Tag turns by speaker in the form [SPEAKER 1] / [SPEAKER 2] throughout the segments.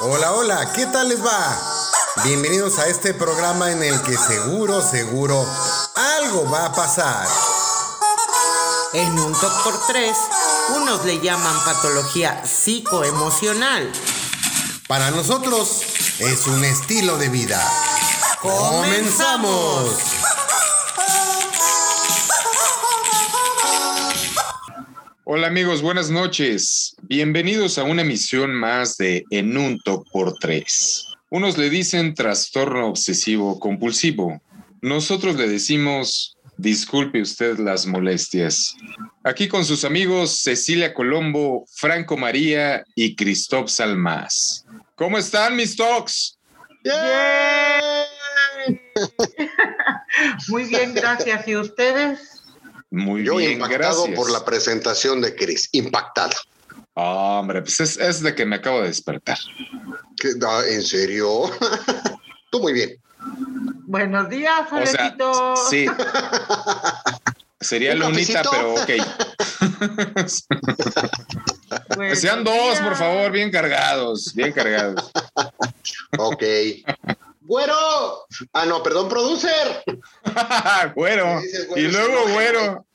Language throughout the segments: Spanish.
[SPEAKER 1] Hola, ¿qué tal les va? Bienvenidos a este programa en el que seguro, seguro, algo va a pasar.
[SPEAKER 2] En un doctor 3, unos le llaman patología psicoemocional.
[SPEAKER 1] Para nosotros es un estilo de vida. ¡Comenzamos!
[SPEAKER 3] Hola amigos, buenas noches. Bienvenidos a una emisión más de En un Top por Tres. Unos le dicen trastorno obsesivo compulsivo. Nosotros le decimos, disculpe usted las molestias. Aquí con sus amigos Cecilia Colombo, Franco María y Cristóbal Salmas. ¿Cómo están mis talks?
[SPEAKER 4] Muy bien, gracias. ¿Y ustedes?
[SPEAKER 3] Muy
[SPEAKER 5] Yo
[SPEAKER 3] bien,
[SPEAKER 5] impactado
[SPEAKER 3] gracias.
[SPEAKER 5] por la presentación de Chris, impactado.
[SPEAKER 3] Ah, hombre, pues es, es de que me acabo de despertar.
[SPEAKER 5] ¿Qué- ah, ¿En serio? Tú muy bien.
[SPEAKER 4] Buenos días,
[SPEAKER 3] O sea,
[SPEAKER 4] Alejito.
[SPEAKER 3] sí. Sería
[SPEAKER 5] ¿Un
[SPEAKER 3] lunita,
[SPEAKER 5] cafecito?
[SPEAKER 3] pero ok. Que
[SPEAKER 4] Buenos
[SPEAKER 3] sean dos,
[SPEAKER 4] días.
[SPEAKER 3] por favor, bien cargados, bien cargados.
[SPEAKER 5] Ok. Güero. Ah, no, perdón, producer.
[SPEAKER 3] Güero.
[SPEAKER 5] Sí, dices, güero,
[SPEAKER 3] Y
[SPEAKER 5] sí,
[SPEAKER 3] luego
[SPEAKER 5] no,
[SPEAKER 3] güero.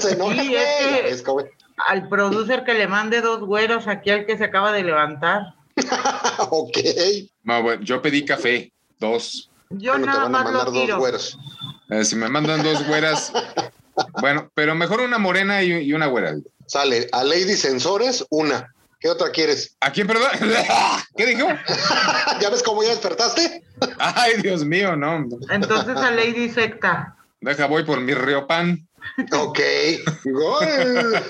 [SPEAKER 5] Se enoja,
[SPEAKER 4] Sí,
[SPEAKER 5] güey.
[SPEAKER 4] es que-
[SPEAKER 5] Ya ves, güey.
[SPEAKER 4] Al producer que le mande dos güeros aquí al que se acaba de levantar.
[SPEAKER 5] Ok.
[SPEAKER 3] No, bueno, yo pedí café, dos.
[SPEAKER 4] Yo
[SPEAKER 5] bueno, te
[SPEAKER 4] nada
[SPEAKER 5] van a
[SPEAKER 4] más
[SPEAKER 5] mandar
[SPEAKER 4] lo
[SPEAKER 5] dos
[SPEAKER 4] tiro.
[SPEAKER 5] güeros.
[SPEAKER 3] Eh, si me mandan dos güeras, bueno, pero mejor una morena y, y una güera.
[SPEAKER 5] Sale a Lady Sensores, una. ¿Qué otra quieres?
[SPEAKER 3] ¿A quién, perdón? ¿Qué dijo?
[SPEAKER 5] ¿Ya ves cómo ya despertaste?
[SPEAKER 3] Ay, Dios mío, no.
[SPEAKER 4] Entonces a Lady Secta.
[SPEAKER 3] Deja, voy por mi río pan.
[SPEAKER 5] Ok. Gol.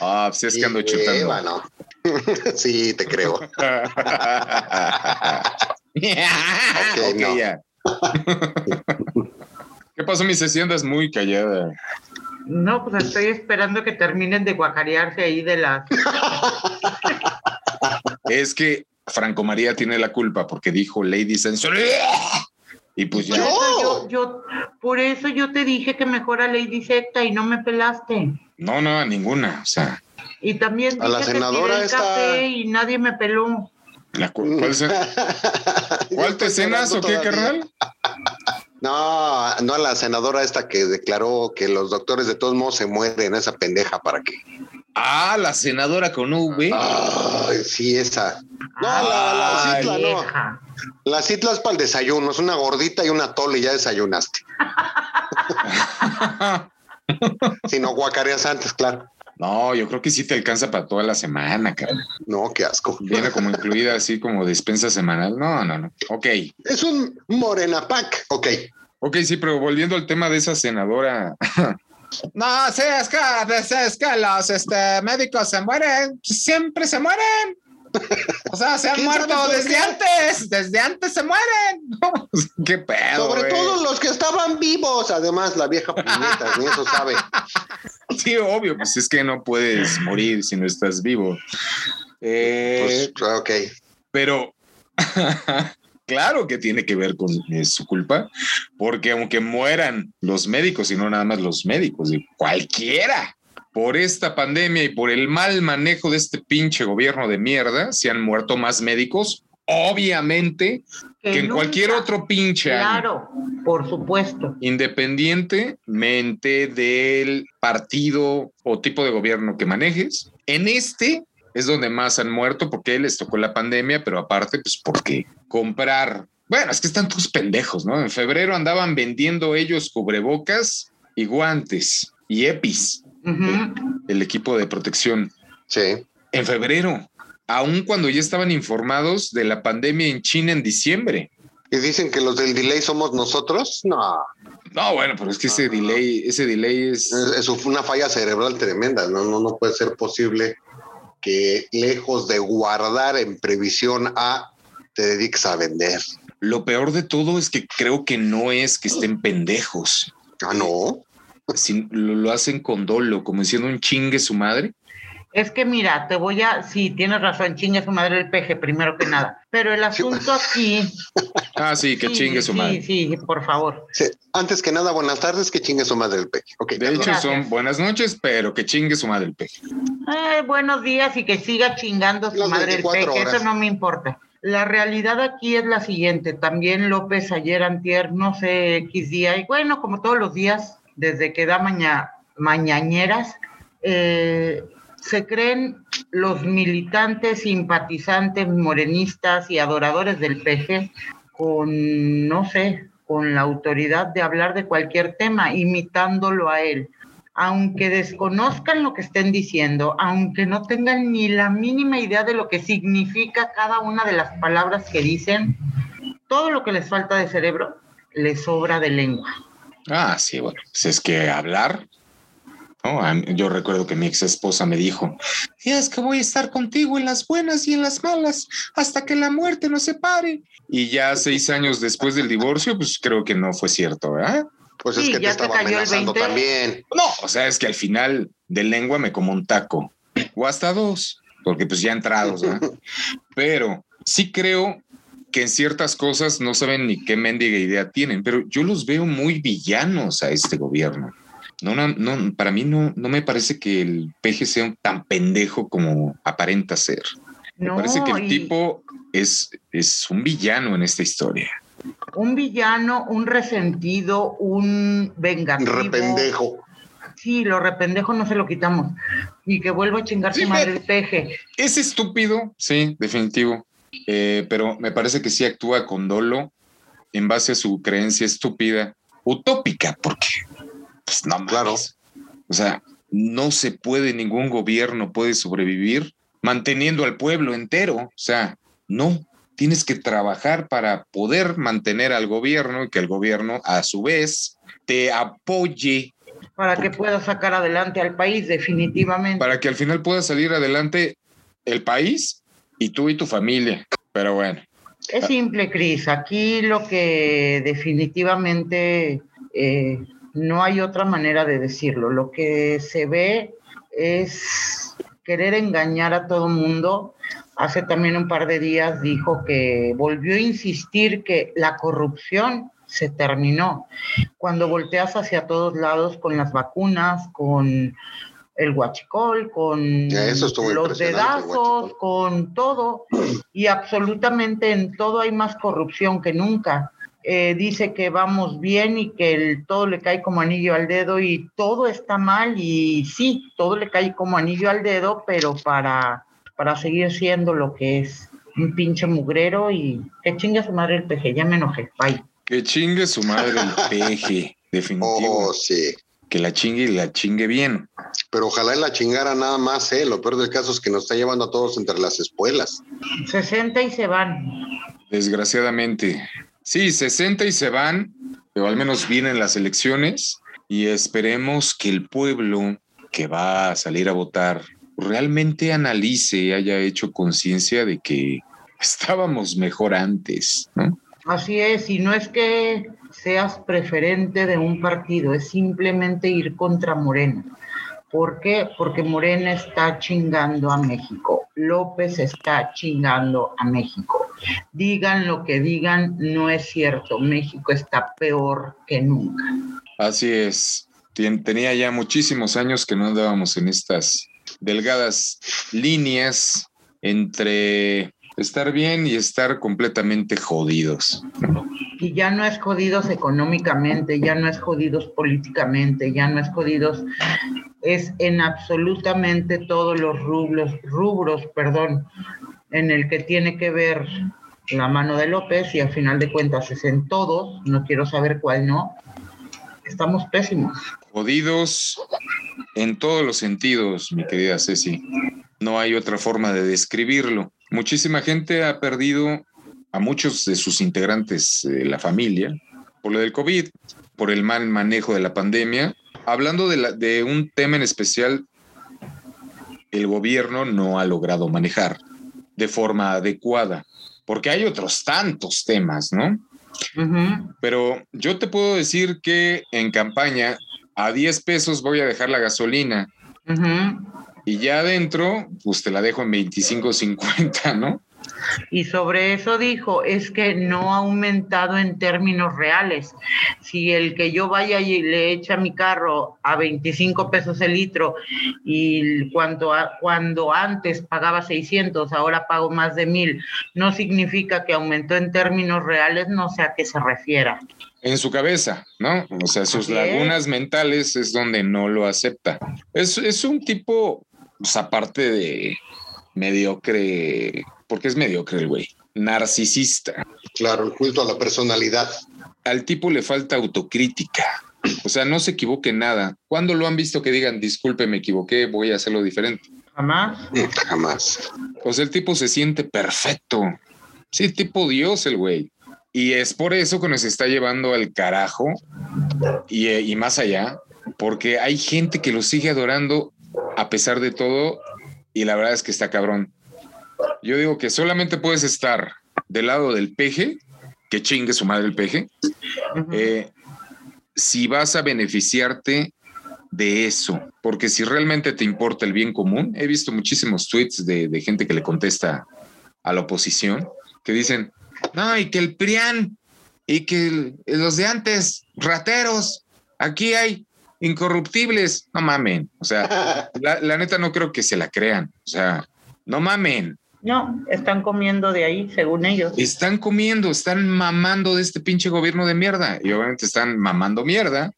[SPEAKER 3] Ah, si es que ando
[SPEAKER 5] Y
[SPEAKER 3] chutando.
[SPEAKER 5] hueva, ¿no? sí, te creo.
[SPEAKER 3] ok,
[SPEAKER 5] no.
[SPEAKER 3] ya. ¿Qué pasó, mi sesión? Andas muy callada.
[SPEAKER 4] No, pues estoy esperando que terminen de guacarearse ahí de las.
[SPEAKER 3] Es que Franco María tiene la culpa porque dijo Lady Censor. Y pues ya.
[SPEAKER 4] Por
[SPEAKER 5] ¿Yo?
[SPEAKER 4] eso yo, yo- por eso yo te dije que mejor a Lady Secta y no me pelaste.
[SPEAKER 3] No, no, ninguna. O sea,
[SPEAKER 4] Y también
[SPEAKER 5] A
[SPEAKER 4] dije
[SPEAKER 5] la
[SPEAKER 4] que
[SPEAKER 5] senadora
[SPEAKER 4] tiré el
[SPEAKER 5] esta-
[SPEAKER 4] café y nadie me peló.
[SPEAKER 3] la cu- ¿cuál, se- cuál te cenas o qué, carnal?
[SPEAKER 5] No, no a la senadora esta que declaró que los doctores de todos modos se mueren, esa pendeja, ¿para qué?
[SPEAKER 3] Ah, la senadora con V.
[SPEAKER 5] Ay, sí, esa. No, la, la
[SPEAKER 3] Ay.
[SPEAKER 5] citla no.
[SPEAKER 4] Vieja.
[SPEAKER 5] La citla es para el desayuno, es una gordita y una tole y ya desayunaste. Si no guacareas antes, claro.
[SPEAKER 3] No, yo creo que sí te alcanza para toda la semana, cabrón.
[SPEAKER 5] No, qué asco.
[SPEAKER 3] Viene como incluida así como despensa semanal. No, no, no. Ok.
[SPEAKER 5] Es un morena pack. Ok.
[SPEAKER 3] Ok, sí, pero volviendo al tema de esa senadora. No, sí, es que, es que los este, médicos se mueren, siempre se mueren. O sea, se han
[SPEAKER 5] ¿Quién sabe
[SPEAKER 3] muerto
[SPEAKER 5] por
[SPEAKER 3] desde
[SPEAKER 5] qué?
[SPEAKER 3] antes, desde antes se mueren. pues, qué pedo.
[SPEAKER 5] Sobre
[SPEAKER 3] güey?
[SPEAKER 5] todo los que estaban vivos. Además, la vieja puñeta, ni eso sabe.
[SPEAKER 3] Sí, obvio, pues es que no puedes morir si no estás vivo. Eh,
[SPEAKER 5] Pues, ok.
[SPEAKER 3] pero claro que tiene que ver con eh, su culpa, porque aunque mueran los médicos, y no nada más los médicos, y cualquiera, por esta pandemia y por el mal manejo de este pinche gobierno de mierda, se han muerto más médicos, obviamente, que, en
[SPEAKER 4] nunca-
[SPEAKER 3] cualquier otro pinche año
[SPEAKER 4] Claro, por supuesto.
[SPEAKER 3] independientemente del partido o tipo de gobierno que manejes. En este es donde más han muerto porque les tocó la pandemia, pero aparte, pues porque comprar. Bueno, es que están todos pendejos, ¿no? En febrero andaban vendiendo ellos cubrebocas y guantes y EPIs,
[SPEAKER 4] Ujú.
[SPEAKER 3] el equipo de protección
[SPEAKER 5] Sí.
[SPEAKER 3] en febrero, aun cuando ya estaban informados de la pandemia en China en diciembre.
[SPEAKER 5] Y dicen que los del delay somos nosotros. No,
[SPEAKER 3] No, bueno, pero es que ese delay, ese delay es...
[SPEAKER 5] es, es una falla cerebral tremenda. No, no, no puede ser posible que lejos de guardar en previsión a te dediques a vender.
[SPEAKER 3] Lo peor de todo es que creo que no es que estén pendejos.
[SPEAKER 5] Ah, no.
[SPEAKER 3] sin- lo, lo hacen con dolo, como diciendo un chingue su madre.
[SPEAKER 2] Es que mira, te voy a, sí, tienes razón, chingue su madre el peje, primero que nada. Pero el asunto aquí.
[SPEAKER 3] Ah, sí, que
[SPEAKER 2] sí,
[SPEAKER 3] chingue su madre.
[SPEAKER 2] Sí, sí, por favor.
[SPEAKER 5] Sí, Antes que nada, buenas tardes, que chingue su madre el peje. Ok,
[SPEAKER 3] De hecho,
[SPEAKER 2] Gracias.
[SPEAKER 3] son buenas noches, pero que chingue su madre el peje.
[SPEAKER 2] Ay, buenos días y que siga chingando su
[SPEAKER 5] Las
[SPEAKER 2] madre el
[SPEAKER 5] 24
[SPEAKER 2] peje,
[SPEAKER 5] horas.
[SPEAKER 2] eso no me importa. La realidad aquí es la siguiente, también López ayer antier, no sé, X día, y bueno, como todos los días, desde que da maña, mañañeras, eh, se creen los militantes, simpatizantes, morenistas y adoradores del PG con, no sé, con la autoridad de hablar de cualquier tema, imitándolo a él aunque desconozcan lo que estén diciendo, aunque no tengan ni la mínima idea de lo que significa cada una de las palabras que dicen, todo lo que les falta de cerebro les sobra de lengua.
[SPEAKER 3] Ah, sí, bueno, pues es que hablar. ¿no? A mí- Yo recuerdo que mi ex esposa me dijo: Es que voy a estar contigo en las buenas y en las malas hasta que la muerte nos separe. Y ya seis años después del divorcio, pues creo que no fue cierto, ¿verdad?
[SPEAKER 5] pues
[SPEAKER 2] Sí,
[SPEAKER 5] es que te
[SPEAKER 2] ya te
[SPEAKER 5] estaba
[SPEAKER 2] cayó el
[SPEAKER 5] amenazando
[SPEAKER 2] 20.
[SPEAKER 5] también.
[SPEAKER 3] No, o sea, es que al final de lengua me como un taco o hasta dos, porque pues ya entrados, ¿verdad? Pero sí creo que en ciertas cosas no saben ni qué mendiga idea tienen, pero yo los veo muy villanos a este gobierno. No, no, no, para mí no, no me parece que el peje sea un tan pendejo como aparenta ser. Me
[SPEAKER 2] No,
[SPEAKER 3] parece que el
[SPEAKER 2] y
[SPEAKER 3] tipo es, es un villano en esta historia.
[SPEAKER 2] un villano, un resentido, un vengativo.
[SPEAKER 5] Rependejo.
[SPEAKER 2] Sí, lo rependejo no se lo quitamos. Y que vuelva a chingar
[SPEAKER 3] Sí,
[SPEAKER 2] su madre
[SPEAKER 3] pero-
[SPEAKER 2] el peje.
[SPEAKER 3] Es estúpido, sí, definitivo. Eh, pero me parece que sí actúa con dolo en base a su creencia estúpida, utópica, porque, pues no, mames.
[SPEAKER 5] Claro.
[SPEAKER 3] O sea, no se puede, ningún gobierno puede sobrevivir manteniendo al pueblo entero. O sea, no, tienes que trabajar para poder mantener al gobierno y que el gobierno a su vez te apoye
[SPEAKER 2] Para que pueda sacar adelante al país, definitivamente.
[SPEAKER 3] para que al final pueda salir adelante el país y tú y tu familia. Pero bueno,
[SPEAKER 2] Es simple, Cris. Aquí lo que definitivamente eh, no hay otra manera de decirlo. Lo que se ve es querer engañar a todo mundo. Hace también un par de días dijo que volvió a insistir que la corrupción se terminó. Cuando volteas hacia todos lados con las vacunas, con el guachicol, con
[SPEAKER 5] Ya, eso estuvo
[SPEAKER 2] los
[SPEAKER 5] impresionante, el
[SPEAKER 2] dedazos,
[SPEAKER 5] huachicol.
[SPEAKER 2] con todo, y absolutamente en todo hay más corrupción que nunca. Eh, dice que vamos bien y que el- todo le cae como anillo al dedo y todo está mal y sí, todo le cae como anillo al dedo, pero para, para seguir siendo lo que es un pinche mugrero y que chinga su madre el peje, ya me enojé, bye.
[SPEAKER 3] que chingue su madre el peje, definitivo.
[SPEAKER 5] Oh, sí.
[SPEAKER 3] Que la chingue y la chingue bien.
[SPEAKER 5] Pero ojalá y la chingara nada más, ¿eh? Lo peor del caso es que nos está llevando a todos entre las espuelas.
[SPEAKER 2] 60 y se van.
[SPEAKER 3] Desgraciadamente. Sí, 60 y se van, pero al menos vienen las elecciones y esperemos que el pueblo que va a salir a votar realmente analice y haya hecho conciencia de que estábamos mejor antes, ¿no?
[SPEAKER 2] Así es, y no es que seas preferente de un partido, es simplemente ir contra Morena. ¿Por qué? Porque Morena está chingando a México. López está chingando a México. Digan lo que digan, no es cierto. México está peor que nunca.
[SPEAKER 3] Así es. Tien- Tenía ya muchísimos años que no andábamos en estas delgadas líneas entre estar bien y estar completamente jodidos.
[SPEAKER 2] Y ya no es jodidos económicamente, ya no es jodidos políticamente, ya no es jodidos, es en absolutamente todos los rubros, rubros, perdón, en el que tiene que ver la mano de López y a final de cuentas es en todos, no quiero saber cuál no. Estamos pésimos.
[SPEAKER 3] Jodidos en todos los sentidos, mi querida Ceci. No hay otra forma de describirlo. Muchísima gente ha perdido a muchos de sus integrantes de la familia por lo del COVID, por el mal manejo de la pandemia. Hablando de, la- de un tema en especial, el gobierno no ha logrado manejar de forma adecuada, porque hay otros tantos temas, ¿no?
[SPEAKER 2] Ujú.
[SPEAKER 3] Pero yo te puedo decir que en campaña a 10 pesos voy a dejar la gasolina.
[SPEAKER 2] Ujú.
[SPEAKER 3] Y ya adentro, pues te la dejo en 25.50, ¿no?
[SPEAKER 2] Y sobre eso dijo, es que no ha aumentado en términos reales. Si el que yo vaya y le echa mi carro a 25 pesos el litro y cuando, a- cuando antes pagaba 600, ahora pago más de 1000, no significa que aumentó en términos reales, no sé a qué se refiera.
[SPEAKER 3] en su cabeza, ¿no? O sea, sus
[SPEAKER 2] Así es.
[SPEAKER 3] lagunas mentales es donde no lo acepta. Es, es un tipo, pues, aparte de mediocre, porque es mediocre el güey, narcisista.
[SPEAKER 5] Claro, el culto a la personalidad.
[SPEAKER 3] Al tipo le falta autocrítica. O sea, no se equivoque en nada. ¿Cuándo lo han visto que digan, disculpe, me equivoqué, voy a hacerlo diferente?
[SPEAKER 2] Jamás.
[SPEAKER 5] Jamás.
[SPEAKER 3] O sea, el tipo se siente perfecto. Sí, tipo Dios el güey. Y es por eso que nos está llevando al carajo y, eh, y más allá, porque hay gente que lo sigue adorando a pesar de todo y la verdad es que está cabrón. Yo digo que solamente puedes estar del lado del peje, que chingue su madre el peje,
[SPEAKER 2] Ujú.
[SPEAKER 3] eh, si vas a beneficiarte de eso, porque si realmente te importa el bien común, he visto muchísimos tweets de, de gente que le contesta a la oposición que dicen, no, y que el PRIAN y que el- los de antes, rateros, aquí hay incorruptibles, no mamen, o sea, la, la neta no creo que se la crean, o sea, no mamen,
[SPEAKER 2] No, están comiendo de ahí, según ellos.
[SPEAKER 3] están comiendo, están mamando de este pinche gobierno de mierda. Y obviamente están mamando mierda,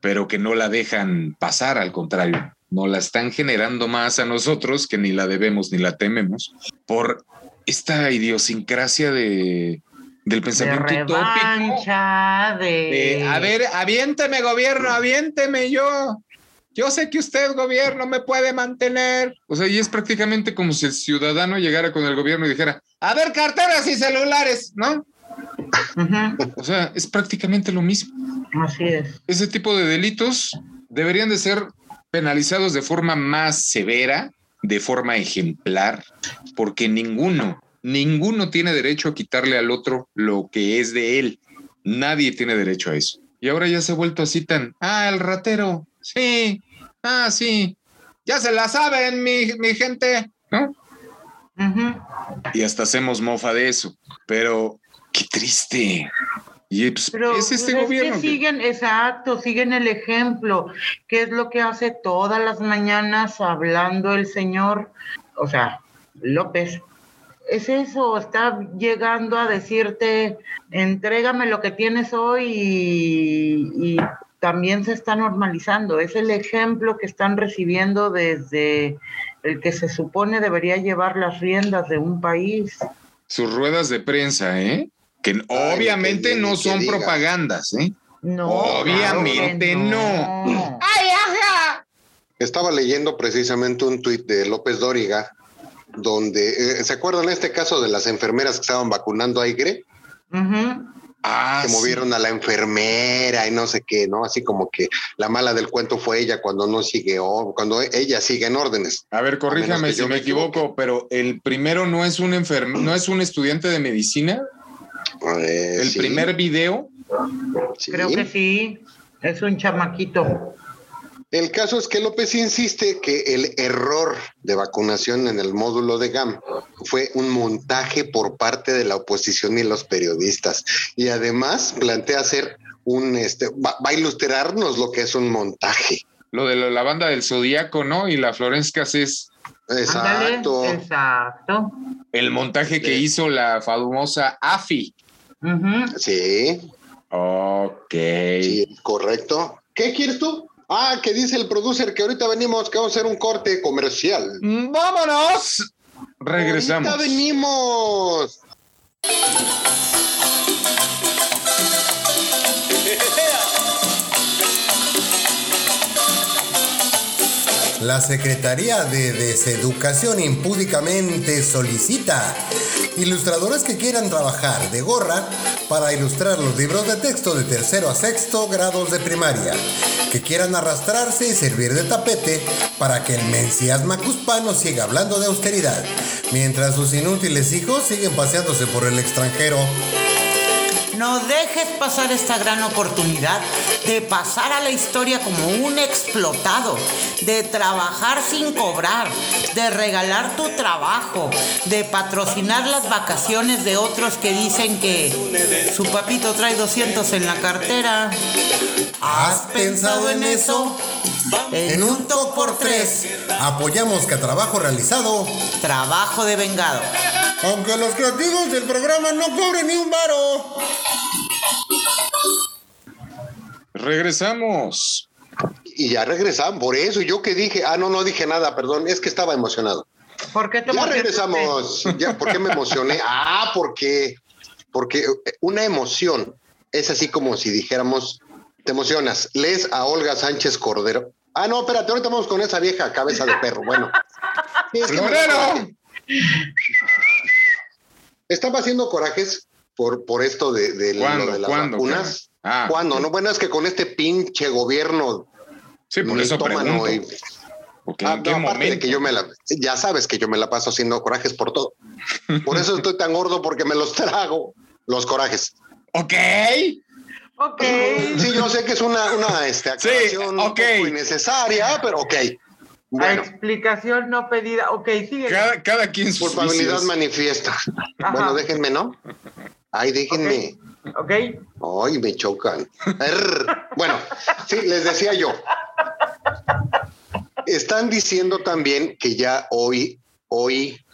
[SPEAKER 3] pero que no la dejan pasar, al contrario. No la están generando más a nosotros que ni la debemos ni la tememos por esta idiosincrasia de,
[SPEAKER 2] De
[SPEAKER 3] del pensamiento utópico.
[SPEAKER 2] revancha, de...
[SPEAKER 3] de, Eh, a ver, aviénteme gobierno, aviénteme yo. Yo sé que usted, gobierno, me puede mantener. O sea, y es prácticamente como si el ciudadano llegara con el gobierno y dijera, a ver, carteras y celulares, ¿no?
[SPEAKER 2] Ujú,
[SPEAKER 3] O sea, es prácticamente lo mismo.
[SPEAKER 2] Así es.
[SPEAKER 3] Ese tipo de delitos deberían de ser penalizados de forma más severa, de forma ejemplar, porque ninguno, ninguno tiene derecho a quitarle al otro lo que es de él. Nadie tiene derecho a eso. Y ahora ya se ha vuelto así tan, ah, el ratero, sí, ah, sí, ya se la saben, mi, mi gente, ¿no?
[SPEAKER 2] Ujú.
[SPEAKER 3] y hasta hacemos mofa de eso. Pero qué triste. Y pues,
[SPEAKER 2] Pero
[SPEAKER 3] es este
[SPEAKER 2] pues, es
[SPEAKER 3] gobierno.
[SPEAKER 2] que
[SPEAKER 3] que-
[SPEAKER 2] siguen, exacto, siguen el ejemplo, que es lo que hace todas las mañanas hablando el señor, o sea, López. Es eso, está llegando a decirte, entrégame lo que tienes hoy y, y también se está normalizando. Es el ejemplo que están recibiendo desde el que se supone debería llevar las riendas de un país.
[SPEAKER 3] Sus ruedas de prensa, ¿eh? Que obviamente
[SPEAKER 5] ni
[SPEAKER 3] no
[SPEAKER 5] que
[SPEAKER 3] son
[SPEAKER 5] diga.
[SPEAKER 3] propagandas, ¿eh?
[SPEAKER 2] No,
[SPEAKER 3] Obviamente
[SPEAKER 2] claro que
[SPEAKER 3] no.
[SPEAKER 2] no.
[SPEAKER 5] Estaba leyendo precisamente un tuit de López Dóriga, donde, eh, ¿se acuerdan este caso de las enfermeras que estaban vacunando a Igre?
[SPEAKER 2] Ujú.
[SPEAKER 3] Ah,
[SPEAKER 5] que
[SPEAKER 3] sí.
[SPEAKER 5] movieron a la enfermera y no sé qué, ¿no? Así como que la mala del cuento fue ella cuando no sigue, o cuando ella sigue en órdenes.
[SPEAKER 3] A ver,
[SPEAKER 5] A
[SPEAKER 3] corríjame
[SPEAKER 5] menos que
[SPEAKER 3] si
[SPEAKER 5] yo
[SPEAKER 3] me
[SPEAKER 5] me equivoque.
[SPEAKER 3] equivoco, pero el primero no es un enfermo, no es un estudiante de medicina.
[SPEAKER 5] Eh,
[SPEAKER 3] El
[SPEAKER 5] sí,
[SPEAKER 3] primer video,
[SPEAKER 5] sí.
[SPEAKER 2] Creo que sí, es un chamaquito.
[SPEAKER 5] El caso es que López insiste que el error de vacunación en el módulo de GAM fue un montaje por parte de la oposición y los periodistas. Y además plantea hacer un, este, va, va a ilustrarnos lo que es un montaje.
[SPEAKER 3] lo de la, la banda del Zodíaco, ¿no? Y la Florence Cassés,
[SPEAKER 2] Ándale, pues.
[SPEAKER 5] Exacto.
[SPEAKER 2] exacto.
[SPEAKER 3] el montaje que
[SPEAKER 5] Sí.
[SPEAKER 3] hizo la famosa AFI.
[SPEAKER 2] Ujú.
[SPEAKER 5] Sí.
[SPEAKER 3] Ok.
[SPEAKER 5] Sí, correcto. ¿Qué quieres tú? Ah, que dice el producer que ahorita venimos, que vamos a hacer un corte comercial.
[SPEAKER 3] ¡Vámonos! Regresamos.
[SPEAKER 5] Ahorita venimos.
[SPEAKER 1] La Secretaría de Deseducación impúdicamente solicita ilustradores que quieran trabajar de gorra para ilustrar los libros de texto de tercero a sexto grados de primaria, que quieran arrastrarse y servir de tapete para que el Mencías Macuspano siga hablando de austeridad, mientras sus inútiles hijos siguen paseándose por el extranjero.
[SPEAKER 2] No dejes pasar esta gran oportunidad de pasar a la historia como un explotado, de trabajar sin cobrar, de regalar tu trabajo, de patrocinar las vacaciones de otros que dicen que su papito trae 200 en la cartera.
[SPEAKER 1] ¿Has pensado en eso? En un top por tres apoyamos que trabajo realizado,
[SPEAKER 2] Trabajo de vengado.
[SPEAKER 1] aunque los creativos del programa no cobren ni un varo.
[SPEAKER 3] Regresamos.
[SPEAKER 5] Y ya regresaban, por eso yo que dije, ah, no, no dije nada, perdón, es que estaba emocionado.
[SPEAKER 4] ¿Por qué te
[SPEAKER 5] Ya
[SPEAKER 4] emocionaste?
[SPEAKER 5] regresamos, ya, ¿por qué me emocioné? Ah, porque, porque una emoción es así como si dijéramos, te emocionas, lees a Olga Sánchez Cordero. Ah, no, espérate, ahorita vamos con esa vieja cabeza de perro, bueno. Sí, es que me da
[SPEAKER 3] ¡Florero!
[SPEAKER 5] coraje. Estaba haciendo corajes por, por esto de, de lo
[SPEAKER 3] ¿Cuándo?
[SPEAKER 5] de las
[SPEAKER 3] ¿Cuándo,
[SPEAKER 5] vacunas.
[SPEAKER 3] cara? Ah.
[SPEAKER 5] ¿Cuándo? No, bueno, es que con este pinche gobierno
[SPEAKER 3] Sí, por eso
[SPEAKER 5] mitómano
[SPEAKER 3] pregunto.
[SPEAKER 5] y-
[SPEAKER 3] Porque
[SPEAKER 5] Ah,
[SPEAKER 3] ¿En qué
[SPEAKER 5] no, aparte de
[SPEAKER 3] momento?
[SPEAKER 5] que yo me la, ya sabes que yo me la paso haciendo corajes por todo. Por eso estoy tan gordo porque me los trago los corajes.
[SPEAKER 3] Ok.
[SPEAKER 4] Ok.
[SPEAKER 5] Sí, yo sé que es una, una este,
[SPEAKER 3] Sí,
[SPEAKER 5] aclaración un
[SPEAKER 3] ok.
[SPEAKER 5] poco innecesaria, pero ok.
[SPEAKER 4] La
[SPEAKER 5] Bueno,
[SPEAKER 4] explicación no pedida. Ok, sigue.
[SPEAKER 3] Cada, cada quien sus
[SPEAKER 5] culpabilidad
[SPEAKER 3] vicios.
[SPEAKER 5] manifiesta.
[SPEAKER 4] Ajá.
[SPEAKER 5] Bueno, déjenme, ¿no? Ay, déjenme.
[SPEAKER 4] Ok.
[SPEAKER 5] Ay, me chocan. Err. Bueno, sí, les decía yo. Están diciendo también que ya hoy, hoy,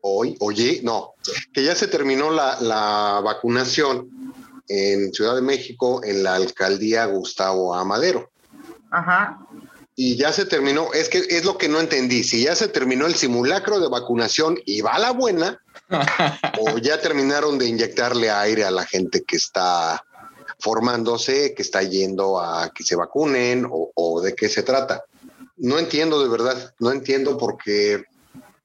[SPEAKER 5] hoy, oye, no, que ya se terminó la, la vacunación en Ciudad de México, en la alcaldía Gustavo Amadero.
[SPEAKER 4] Ajá.
[SPEAKER 5] Y ya se terminó, es que es lo que no entendí, si ya se terminó el simulacro de vacunación y va la buena, o ya terminaron de inyectarle aire a la gente que está formándose, que está yendo a que se vacunen, o, o de qué se trata. No entiendo de verdad, no entiendo porque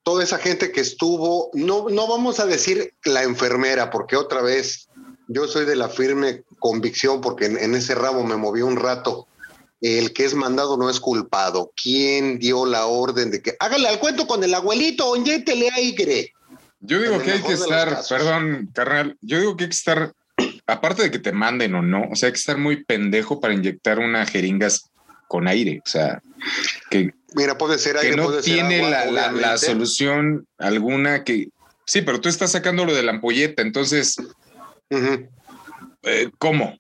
[SPEAKER 5] toda esa gente que estuvo, no, no vamos a decir la enfermera, porque otra vez yo soy de la firme convicción, porque en, en ese ramo me moví un rato. El que es mandado no es culpado. ¿Quién dio la orden de que hágale al cuento con el abuelito, inyétele aire?
[SPEAKER 3] Yo digo
[SPEAKER 5] en el
[SPEAKER 3] que hay que
[SPEAKER 5] mejor de los
[SPEAKER 3] estar,
[SPEAKER 5] casos.
[SPEAKER 3] perdón, carnal, yo digo que hay que estar, aparte de que te manden o no, o sea, hay que estar muy pendejo para inyectar una jeringas con aire, o sea, que,
[SPEAKER 5] Mira, puede ser
[SPEAKER 3] que
[SPEAKER 5] aire,
[SPEAKER 3] no
[SPEAKER 5] puede ser
[SPEAKER 3] tiene
[SPEAKER 5] agua,
[SPEAKER 3] la, la- la
[SPEAKER 5] obviamente.
[SPEAKER 3] solución alguna que... Sí, pero tú estás sacando lo de la ampolleta, entonces,
[SPEAKER 5] Ujú.
[SPEAKER 3] eh, ¿cómo?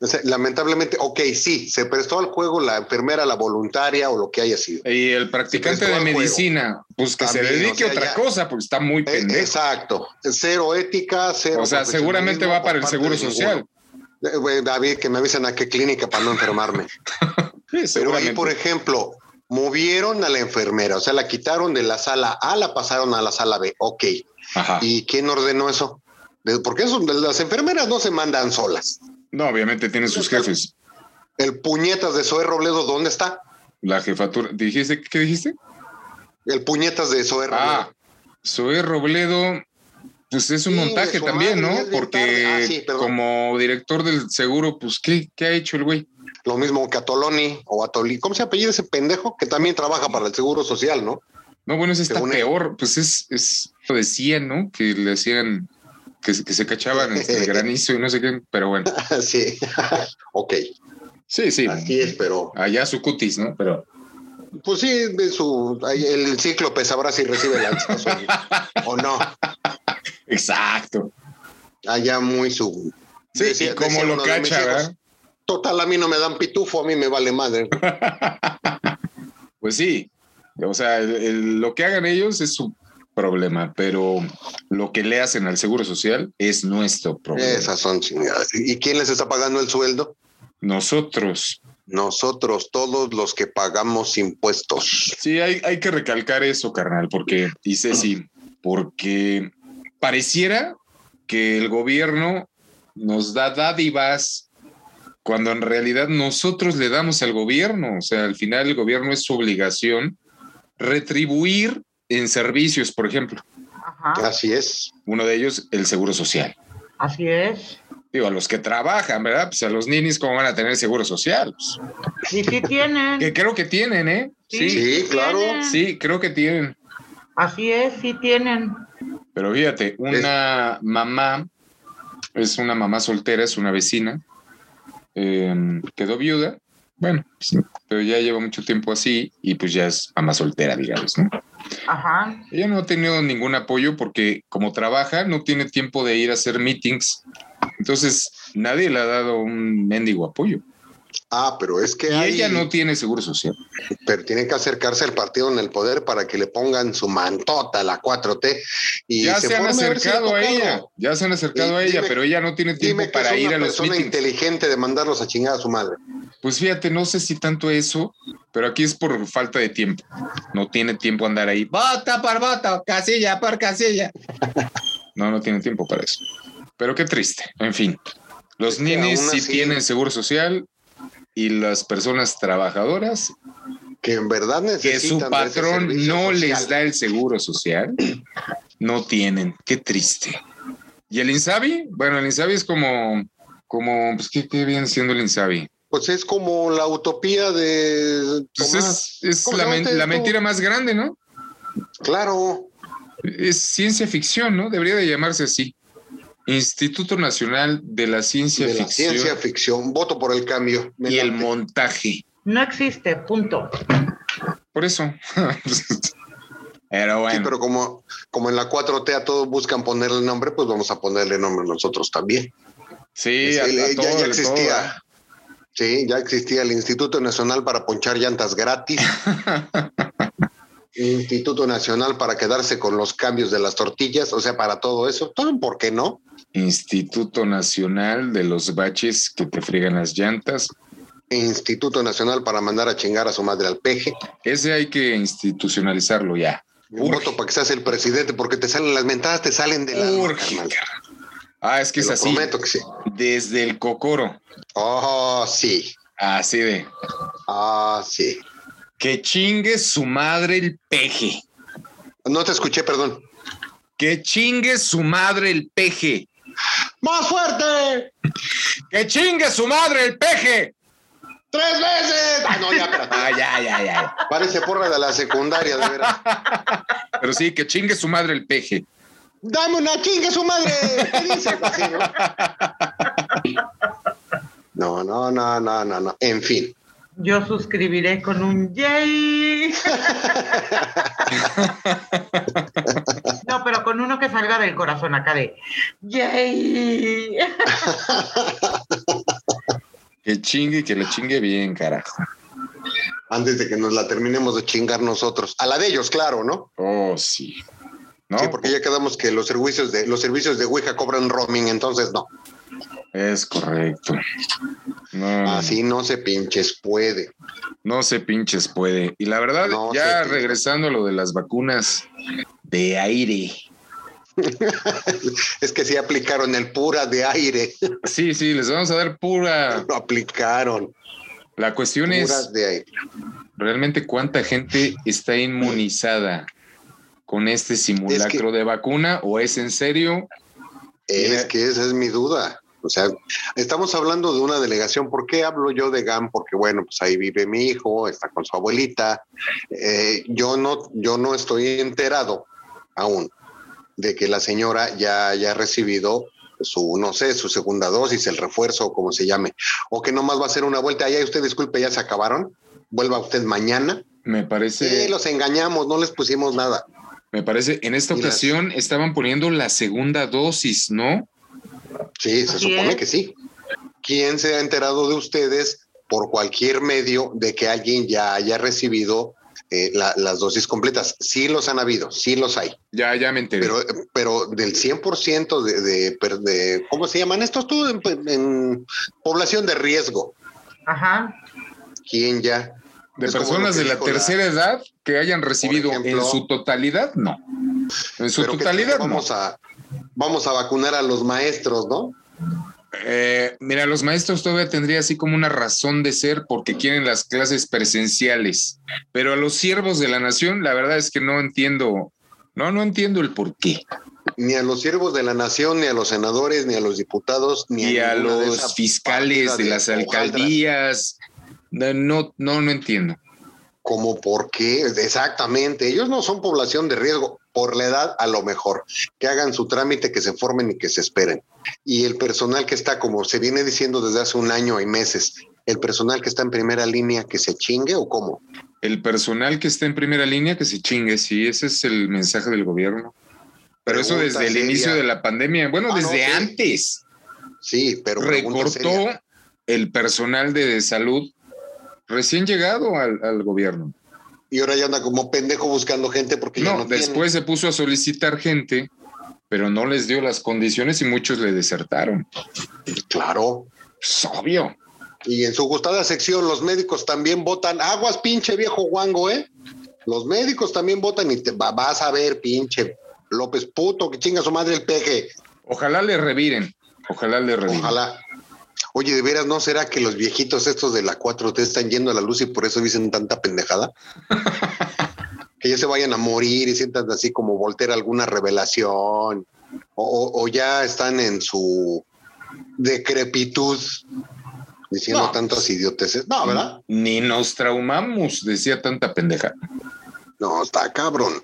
[SPEAKER 5] O sea, lamentablemente, ok, sí, se prestó al juego la enfermera, la voluntaria o lo que haya sido.
[SPEAKER 3] Y el practicante
[SPEAKER 5] prestó
[SPEAKER 3] de
[SPEAKER 5] al juego.
[SPEAKER 3] medicina, pues que se
[SPEAKER 5] También, o
[SPEAKER 3] dedique a
[SPEAKER 5] sea,
[SPEAKER 3] otra
[SPEAKER 5] ya-
[SPEAKER 3] cosa, porque está muy
[SPEAKER 5] Eh,
[SPEAKER 3] pendejo.
[SPEAKER 5] Exacto, cero ética, cero.
[SPEAKER 3] O sea, seguramente va
[SPEAKER 5] profesionalismo
[SPEAKER 3] para el
[SPEAKER 5] por
[SPEAKER 3] Seguro
[SPEAKER 5] parte de
[SPEAKER 3] Social.
[SPEAKER 5] ninguno. Eh, güey, David, que me avisen a qué clínica para no enfermarme.
[SPEAKER 3] Sí,
[SPEAKER 5] Pero ahí,
[SPEAKER 3] seguramente.
[SPEAKER 5] por ejemplo, movieron a la enfermera, o sea, la quitaron de la sala A, la pasaron a la sala B. Ok,
[SPEAKER 3] Ajá.
[SPEAKER 5] ¿y quién ordenó eso? De- Porque eso, las enfermeras no se mandan solas.
[SPEAKER 3] No, obviamente tiene sus jefes.
[SPEAKER 5] El puñetas de Zoé Robledo, ¿dónde está?
[SPEAKER 3] La jefatura. ¿Dijiste qué dijiste?
[SPEAKER 5] El puñetas de Zoé Robledo.
[SPEAKER 3] Ah, Zoe Robledo, pues es un
[SPEAKER 5] Sí,
[SPEAKER 3] montaje
[SPEAKER 5] su
[SPEAKER 3] también,
[SPEAKER 5] madre, ya
[SPEAKER 3] ¿no?
[SPEAKER 5] es bien
[SPEAKER 3] Porque
[SPEAKER 5] tarde. Ah, sí, perdón.
[SPEAKER 3] como director del seguro, pues, ¿qué, qué ha hecho el güey?
[SPEAKER 5] Lo mismo Catoloni o Atoli. ¿Cómo se apellida ese pendejo que también trabaja para el Seguro Social, no?
[SPEAKER 3] No, bueno, ese está
[SPEAKER 5] Según él.
[SPEAKER 3] peor. Pues es, es, lo decían, ¿no? Que le hacían, que, se- que se cachaban este, el granizo y no sé qué, pero bueno.
[SPEAKER 5] sí. ok,
[SPEAKER 3] Sí, sí.
[SPEAKER 5] así es, pero.
[SPEAKER 3] Allá su cutis, ¿no? Pero
[SPEAKER 5] Pues sí, de su, ahí el cíclope sabrá si recibe lanzas o, o no.
[SPEAKER 3] exacto.
[SPEAKER 5] Allá muy su.
[SPEAKER 3] Sí,
[SPEAKER 5] decía-
[SPEAKER 3] y como
[SPEAKER 5] decía
[SPEAKER 3] lo
[SPEAKER 5] uno de mis
[SPEAKER 3] cacha,
[SPEAKER 5] hijos,
[SPEAKER 3] ¿verdad?
[SPEAKER 5] Total, a mí no me dan pitufo, a mí me vale madre.
[SPEAKER 3] Pues sí, o sea, el- el- lo que hagan ellos es su problema, pero lo que le hacen al Seguro Social es nuestro problema.
[SPEAKER 5] Esas son chingadas. ¿Y quién les está pagando el sueldo?
[SPEAKER 3] Nosotros.
[SPEAKER 5] Nosotros, todos los que pagamos impuestos.
[SPEAKER 3] Sí, hay, hay que recalcar eso, carnal, porque, y Ceci, porque pareciera que el gobierno nos da dádivas cuando en realidad nosotros le damos al gobierno. O sea, al final el gobierno es su obligación retribuir en servicios, por ejemplo. Ah.
[SPEAKER 4] Ajá.
[SPEAKER 5] Así es.
[SPEAKER 3] Uno de ellos, el Seguro Social.
[SPEAKER 4] Así es.
[SPEAKER 3] Digo, a los que trabajan, ¿verdad? Pues a los ninis, ¿cómo van a tener seguro social? Pues,
[SPEAKER 4] Y sí tienen.
[SPEAKER 3] que creo que tienen, ¿eh?
[SPEAKER 5] Sí,
[SPEAKER 3] Sí,
[SPEAKER 5] claro.
[SPEAKER 4] tienen.
[SPEAKER 3] sí, creo que tienen.
[SPEAKER 4] Así es, sí tienen.
[SPEAKER 3] Pero fíjate, una mamá es una mamá soltera, es una vecina, eh, quedó viuda, bueno, pues, pero ya lleva mucho tiempo así y pues ya es mamá soltera, digamos, ¿no?
[SPEAKER 4] Ajá.
[SPEAKER 3] Ella no ha tenido ningún apoyo porque como trabaja no tiene tiempo de ir a hacer meetings, entonces nadie le ha dado un mendigo apoyo.
[SPEAKER 5] Ah, pero es que
[SPEAKER 3] Y
[SPEAKER 5] hay-
[SPEAKER 3] ella no tiene seguro social.
[SPEAKER 5] pero tiene que acercarse al partido en el poder para que le pongan su mantota a la 4T. Y
[SPEAKER 3] ya se, han
[SPEAKER 5] forme ver si le
[SPEAKER 3] acercado a
[SPEAKER 5] toca
[SPEAKER 3] ella,
[SPEAKER 5] algo.
[SPEAKER 3] ya se han acercado
[SPEAKER 5] Y
[SPEAKER 3] a ella,
[SPEAKER 5] dime-
[SPEAKER 3] pero ella no tiene tiempo
[SPEAKER 5] Dime que
[SPEAKER 3] para
[SPEAKER 5] es
[SPEAKER 3] ir
[SPEAKER 5] una
[SPEAKER 3] a los
[SPEAKER 5] persona
[SPEAKER 3] meetings.
[SPEAKER 5] inteligente de mandarlos a chingar a su madre.
[SPEAKER 3] Pues fíjate, no sé si tanto eso, pero aquí es por falta de tiempo. No tiene tiempo andar ahí. Bota por voto, casilla por casilla. No, no tiene tiempo para eso. Pero qué triste. En fin, los
[SPEAKER 5] Es que
[SPEAKER 3] ninis
[SPEAKER 5] aún
[SPEAKER 3] sí
[SPEAKER 5] así-
[SPEAKER 3] tienen seguro social y las personas trabajadoras
[SPEAKER 5] Que en verdad
[SPEAKER 3] que
[SPEAKER 5] necesitan
[SPEAKER 3] su
[SPEAKER 5] de ese
[SPEAKER 3] patrón
[SPEAKER 5] servicio
[SPEAKER 3] no
[SPEAKER 5] social.
[SPEAKER 3] les da el seguro social, no tienen. Qué triste. ¿Y el Insabi? Bueno, el Insabi es como, como, pues, ¿qué, qué viene siendo el Insabi?
[SPEAKER 5] Pues es como la utopía de
[SPEAKER 3] Pues
[SPEAKER 5] Tomás.
[SPEAKER 3] es, es
[SPEAKER 5] ¿Cómo
[SPEAKER 3] la,
[SPEAKER 5] se llama
[SPEAKER 3] men-
[SPEAKER 5] usted,
[SPEAKER 3] la
[SPEAKER 5] tú?
[SPEAKER 3] mentira más grande, ¿no?
[SPEAKER 5] Claro.
[SPEAKER 3] Es ciencia ficción, ¿no? Debería de llamarse así. Instituto Nacional de la Ciencia
[SPEAKER 5] de la
[SPEAKER 3] Ficción
[SPEAKER 5] ciencia ficción. Voto por el cambio. Me
[SPEAKER 3] y el
[SPEAKER 5] late.
[SPEAKER 3] montaje.
[SPEAKER 4] No existe, punto.
[SPEAKER 3] Por eso. Pero
[SPEAKER 5] Sí,
[SPEAKER 3] bueno.
[SPEAKER 5] pero como, como en la 4T a todos buscan ponerle nombre, pues vamos a ponerle nombre nosotros también.
[SPEAKER 3] Sí,
[SPEAKER 5] Sí,
[SPEAKER 3] a- a
[SPEAKER 5] ya- ya
[SPEAKER 3] todo, de todo,
[SPEAKER 5] existía.
[SPEAKER 3] ¿eh?
[SPEAKER 5] Sí, ya existía el Instituto Nacional para Ponchar Llantas Gratis. Instituto Nacional para quedarse con los cambios de las tortillas, o sea, para todo eso. ¿Todo por qué no?
[SPEAKER 3] Instituto Nacional de los Baches que te friegan las llantas.
[SPEAKER 5] Instituto Nacional para mandar a chingar a su madre al peje.
[SPEAKER 3] Ese hay que institucionalizarlo ya. Urge.
[SPEAKER 5] Voto para que seas el presidente, porque te salen las mentadas, te salen de la.
[SPEAKER 3] Urge, carnal. Ah, es que es así.
[SPEAKER 5] Prometo que sí.
[SPEAKER 3] Desde el cocoro.
[SPEAKER 5] Oh, sí.
[SPEAKER 3] Así de.
[SPEAKER 5] Ah, sí.
[SPEAKER 3] Que chingue su madre el peje.
[SPEAKER 5] No te escuché, perdón.
[SPEAKER 3] Que chingue su madre el peje.
[SPEAKER 5] ¡Más fuerte!
[SPEAKER 3] ¡Que chingue su madre el peje!
[SPEAKER 5] ¡Tres veces! Ah, no, ya, espérate.
[SPEAKER 3] Ah, ya, ya, ya.
[SPEAKER 5] Parece porra de la secundaria, de veras.
[SPEAKER 3] Pero sí, que chingue su madre el peje.
[SPEAKER 5] Dame una chinga su madre. ¿Qué dices? Así, ¿no? No, no, no, no, no, no. En fin.
[SPEAKER 4] Yo suscribiré con un yay. No, pero con uno que salga del corazón acá de yay.
[SPEAKER 3] Que chingue, que le chingue bien, carajo.
[SPEAKER 5] Antes de que nos la terminemos de chingar nosotros. A la de ellos, claro, ¿no?
[SPEAKER 3] Oh, sí. ¿No?
[SPEAKER 5] Sí, porque ya quedamos que los servicios de los servicios de Ouija cobran roaming, entonces no.
[SPEAKER 3] Es correcto. No,
[SPEAKER 5] Así no se pinches puede.
[SPEAKER 3] no se pinches puede. Y la verdad,
[SPEAKER 5] No se
[SPEAKER 3] ya
[SPEAKER 5] pinches.
[SPEAKER 3] regresando a lo de las vacunas de aire.
[SPEAKER 5] Es que sí aplicaron el pura de aire.
[SPEAKER 3] Sí, sí, les vamos a dar pura.
[SPEAKER 5] Lo aplicaron.
[SPEAKER 3] La cuestión
[SPEAKER 5] Pura
[SPEAKER 3] es
[SPEAKER 5] de aire.
[SPEAKER 3] realmente cuánta gente está inmunizada con este simulacro de vacuna o es en serio.
[SPEAKER 5] Es
[SPEAKER 3] Mira.
[SPEAKER 5] que esa es mi duda. O sea, estamos hablando de una delegación. ¿Por qué hablo yo de GAM? Porque bueno, pues ahí vive mi hijo, está con su abuelita. Eh, yo no, yo no estoy enterado aún de que la señora ya haya recibido su, no sé, su segunda dosis, el refuerzo o como se llame, o que nomás va a hacer una vuelta. Ay, ay, usted disculpe, ya se acabaron. Vuelva usted mañana.
[SPEAKER 3] Me
[SPEAKER 5] Sí,
[SPEAKER 3] parece,
[SPEAKER 5] los engañamos, no les pusimos nada.
[SPEAKER 3] me parece, en esta
[SPEAKER 5] Y las-
[SPEAKER 3] ocasión estaban poniendo la segunda dosis, ¿no?
[SPEAKER 5] Sí, se
[SPEAKER 4] Así
[SPEAKER 5] supone
[SPEAKER 4] es.
[SPEAKER 5] que sí. ¿Quién se ha enterado de ustedes por cualquier medio de que alguien ya haya recibido eh, la- las dosis completas? Sí los han habido, sí los hay,
[SPEAKER 3] Ya, ya me enteré.
[SPEAKER 5] pero, pero del 100% de, de, per- de- ¿cómo se llaman estos tú? En, en población de riesgo,
[SPEAKER 4] Ajá.
[SPEAKER 5] ¿quién ya?
[SPEAKER 3] de
[SPEAKER 5] Es como lo
[SPEAKER 3] personas
[SPEAKER 5] que
[SPEAKER 3] de la
[SPEAKER 5] dijo
[SPEAKER 3] tercera edad que hayan recibido en
[SPEAKER 5] ejemplo-
[SPEAKER 3] su totalidad, no. En su
[SPEAKER 5] pero que
[SPEAKER 3] totalidad, no.
[SPEAKER 5] vamos a Vamos a vacunar a los maestros, ¿no?
[SPEAKER 3] Eh, mira, los maestros todavía tendría así como una razón de ser porque quieren las clases presenciales, pero a los siervos de la nación, la verdad es que no entiendo, no, no entiendo el por qué.
[SPEAKER 5] Ni a los siervos de la nación, ni a los senadores, ni a los diputados, ni
[SPEAKER 3] Y a
[SPEAKER 5] ninguna de
[SPEAKER 3] los
[SPEAKER 5] esa
[SPEAKER 3] fiscales
[SPEAKER 5] partida
[SPEAKER 3] de
[SPEAKER 5] de
[SPEAKER 3] las
[SPEAKER 5] hojaldras.
[SPEAKER 3] alcaldías, no, no, no, no entiendo.
[SPEAKER 5] como por qué, exactamente, ellos no son población de riesgo, por la edad a lo mejor, que hagan su trámite, que se formen y que se esperen. Y el personal que está, como se viene diciendo desde hace un año y meses, el personal que está en primera línea, que se chingue o cómo?
[SPEAKER 3] El personal que está en primera línea que se chingue, sí, ese es el mensaje del gobierno. Pero eso
[SPEAKER 5] Pregunta
[SPEAKER 3] desde el
[SPEAKER 5] seria.
[SPEAKER 3] inicio de la pandemia, bueno,
[SPEAKER 5] Ah, no,
[SPEAKER 3] desde
[SPEAKER 5] sí.
[SPEAKER 3] antes,
[SPEAKER 5] Sí, pero pregunta
[SPEAKER 3] recortó
[SPEAKER 5] seria.
[SPEAKER 3] el personal de salud recién llegado al, al gobierno.
[SPEAKER 5] y ahora ya anda como pendejo buscando gente porque ya
[SPEAKER 3] No,
[SPEAKER 5] no tiene.
[SPEAKER 3] después se puso a solicitar gente, pero no les dio las condiciones y muchos le desertaron.
[SPEAKER 5] claro.
[SPEAKER 3] Es obvio.
[SPEAKER 5] Y en su gustada sección, los médicos también votan. Aguas, pinche viejo guango, ¿eh? Los médicos también votan y te va- vas a ver, pinche López puto, que chinga su madre el peje.
[SPEAKER 3] Ojalá le reviren. Ojalá le reviren.
[SPEAKER 5] Ojalá. Oye, de veras, ¿no será que los viejitos estos de la 4T están yendo a la luz y por eso dicen tanta pendejada? que ya se vayan a morir y sientan así como voltear alguna revelación. O, o- o ya están en su decrepitud diciendo
[SPEAKER 3] No.
[SPEAKER 5] tantas idioteces. No, ¿verdad?
[SPEAKER 3] Ni nos traumamos, decía tanta pendeja.
[SPEAKER 5] No, está cabrón.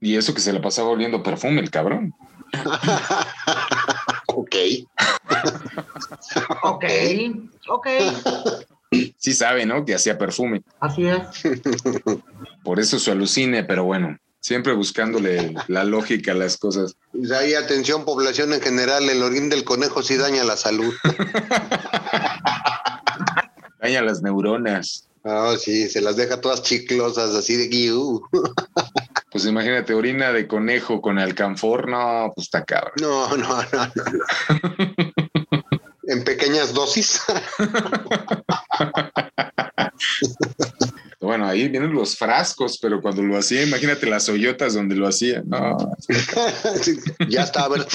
[SPEAKER 3] Y eso que se la pasaba oliendo perfume, el cabrón.
[SPEAKER 5] Ok.
[SPEAKER 4] Ok, ok,
[SPEAKER 3] Sí sabe, ¿no? Que hacía perfume.
[SPEAKER 4] así es.
[SPEAKER 3] Por eso su alucine, pero bueno, siempre buscándole la lógica a las cosas.
[SPEAKER 5] O sea, y atención, población en general, el orín del conejo sí daña la salud.
[SPEAKER 3] Daña las neuronas.
[SPEAKER 5] Ah, sí, se las deja todas chiclosas, así de guiú.
[SPEAKER 3] Pues imagínate, orina de conejo con alcanfor. No, pues está cabrón.
[SPEAKER 5] No, no, no, no. no. En pequeñas dosis.
[SPEAKER 3] Bueno, ahí vienen los frascos, pero cuando lo hacía, imagínate las hoyotas donde lo hacía. No,
[SPEAKER 5] Sí, ya está, a ver.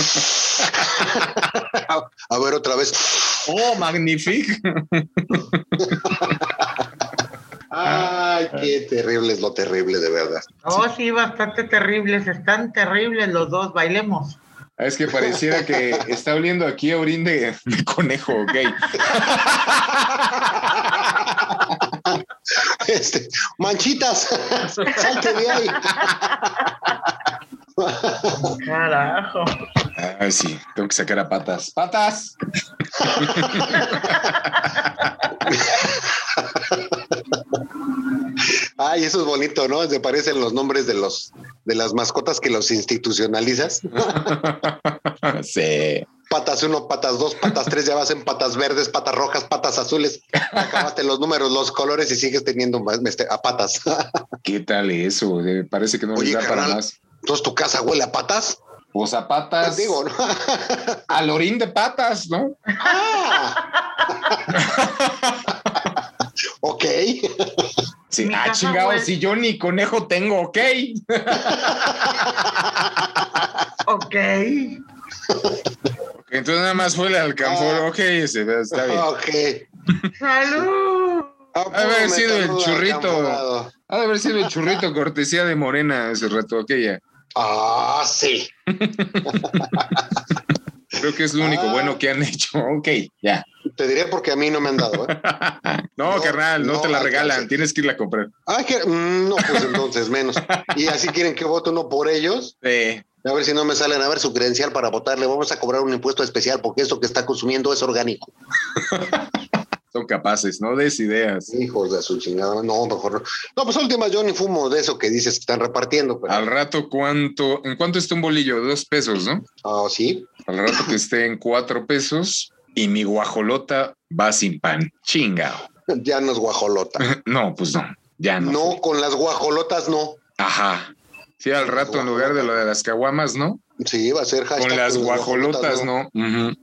[SPEAKER 5] A ver, otra vez.
[SPEAKER 3] oh, magnífico.
[SPEAKER 5] Ay, qué terrible es lo terrible, de verdad.
[SPEAKER 4] Oh, sí, bastante terribles, están terribles los dos, bailemos.
[SPEAKER 3] Es que pareciera que está oliendo aquí a orín de, de conejo, ok.
[SPEAKER 5] Este, manchitas, salte de ahí.
[SPEAKER 4] Carajo.
[SPEAKER 3] Ay, Ah, sí, tengo que sacar a patas. ¡Patas!
[SPEAKER 5] Ay, eso es bonito, ¿no? Se parecen los nombres de los de las mascotas que los institucionalizas.
[SPEAKER 3] sí.
[SPEAKER 5] Patas uno, patas dos, patas tres, ya vas en patas verdes, patas rojas, patas azules. Acabaste los números, los colores y sigues teniendo más este, a patas.
[SPEAKER 3] ¿Qué tal eso? Eh, Parece que no les
[SPEAKER 5] Oye,
[SPEAKER 3] da para
[SPEAKER 5] carnal.
[SPEAKER 3] más.
[SPEAKER 5] Entonces tu casa huele a patas.
[SPEAKER 3] O a patas.
[SPEAKER 5] Pues digo, ¿no?
[SPEAKER 3] Al orín de patas, ¿no?
[SPEAKER 5] Ah. ok.
[SPEAKER 3] Sí.
[SPEAKER 4] Mi
[SPEAKER 3] Ah,
[SPEAKER 4] casa
[SPEAKER 3] chingado,
[SPEAKER 4] huele-
[SPEAKER 3] si yo ni conejo tengo, ok.
[SPEAKER 4] Ok.
[SPEAKER 3] Entonces nada más fue el alcanfor,
[SPEAKER 5] Ah.
[SPEAKER 3] ok, ese, está bien.
[SPEAKER 5] Ok. Ah,
[SPEAKER 4] Salud.
[SPEAKER 5] A
[SPEAKER 3] haber sido el churrito. Ha de haber sido el churrito cortesía de Morena hace rato aquella.
[SPEAKER 5] Ah, sí.
[SPEAKER 3] Creo que es lo único
[SPEAKER 5] Ah.
[SPEAKER 3] bueno que han hecho. Ok, ya.
[SPEAKER 5] Te diré porque a mí no me han dado. ¿eh?
[SPEAKER 3] No,
[SPEAKER 5] No,
[SPEAKER 3] carnal, no,
[SPEAKER 5] no
[SPEAKER 3] te la
[SPEAKER 5] alcancé.
[SPEAKER 3] regalan, tienes que irla a comprar.
[SPEAKER 5] Ah, que- mm, no, pues entonces menos. Y así quieren que vote uno por ellos.
[SPEAKER 3] Eh,
[SPEAKER 5] A ver si no me salen a ver su credencial para votarle. Vamos a cobrar un impuesto especial porque esto que está consumiendo es orgánico.
[SPEAKER 3] son capaces, no des ideas.
[SPEAKER 5] Hijos de su chingada. No, mejor no. No, pues últimas yo ni fumo de eso que dices que están repartiendo. Pero,
[SPEAKER 3] Al rato, ¿cuánto? ¿En cuánto está un bolillo? Dos pesos, ¿no?
[SPEAKER 5] Ah, sí.
[SPEAKER 3] Al rato que esté en cuatro pesos y mi guajolota va sin pan. Chinga.
[SPEAKER 5] Ya no es guajolota.
[SPEAKER 3] No, pues no, ya no.
[SPEAKER 5] No, con las guajolotas no.
[SPEAKER 3] Ajá. Sí, al rato en lugar de lo de las caguamas, ¿no?
[SPEAKER 5] Sí, va a ser hashtag
[SPEAKER 3] Con las guajolotas,
[SPEAKER 5] no.
[SPEAKER 3] ¿no? Ujú.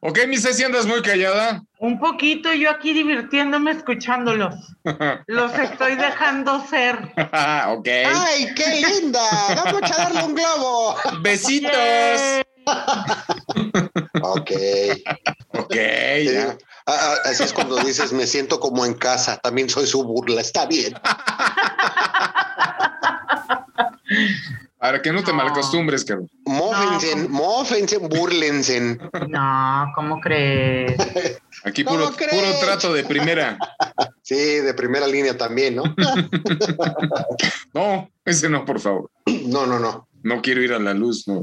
[SPEAKER 3] ok, mi Ceci, andas muy callada.
[SPEAKER 4] Un poquito yo aquí divirtiéndome escuchándolos. Los estoy dejando ser.
[SPEAKER 3] ok.
[SPEAKER 5] ¡Ay, qué linda! ¡Vamos a darle un globo!
[SPEAKER 3] Besitos.
[SPEAKER 5] Ok.
[SPEAKER 3] Ok,
[SPEAKER 5] Te
[SPEAKER 3] ya.
[SPEAKER 5] digo, ah, ah, así es cuando dices, me siento como en casa. También soy su burla. Está bien.
[SPEAKER 3] Para que no te
[SPEAKER 4] No.
[SPEAKER 3] malacostumbres, cabrón.
[SPEAKER 5] Mófense,
[SPEAKER 4] No,
[SPEAKER 5] mófense, burlense.
[SPEAKER 4] No, ¿cómo crees?
[SPEAKER 3] Aquí
[SPEAKER 5] ¿Cómo
[SPEAKER 3] puro,
[SPEAKER 5] crees?
[SPEAKER 3] puro trato de primera.
[SPEAKER 5] Sí, de primera línea también, ¿no?
[SPEAKER 3] No, ese no, por favor.
[SPEAKER 5] No, no, no.
[SPEAKER 3] No quiero ir a la luz, no.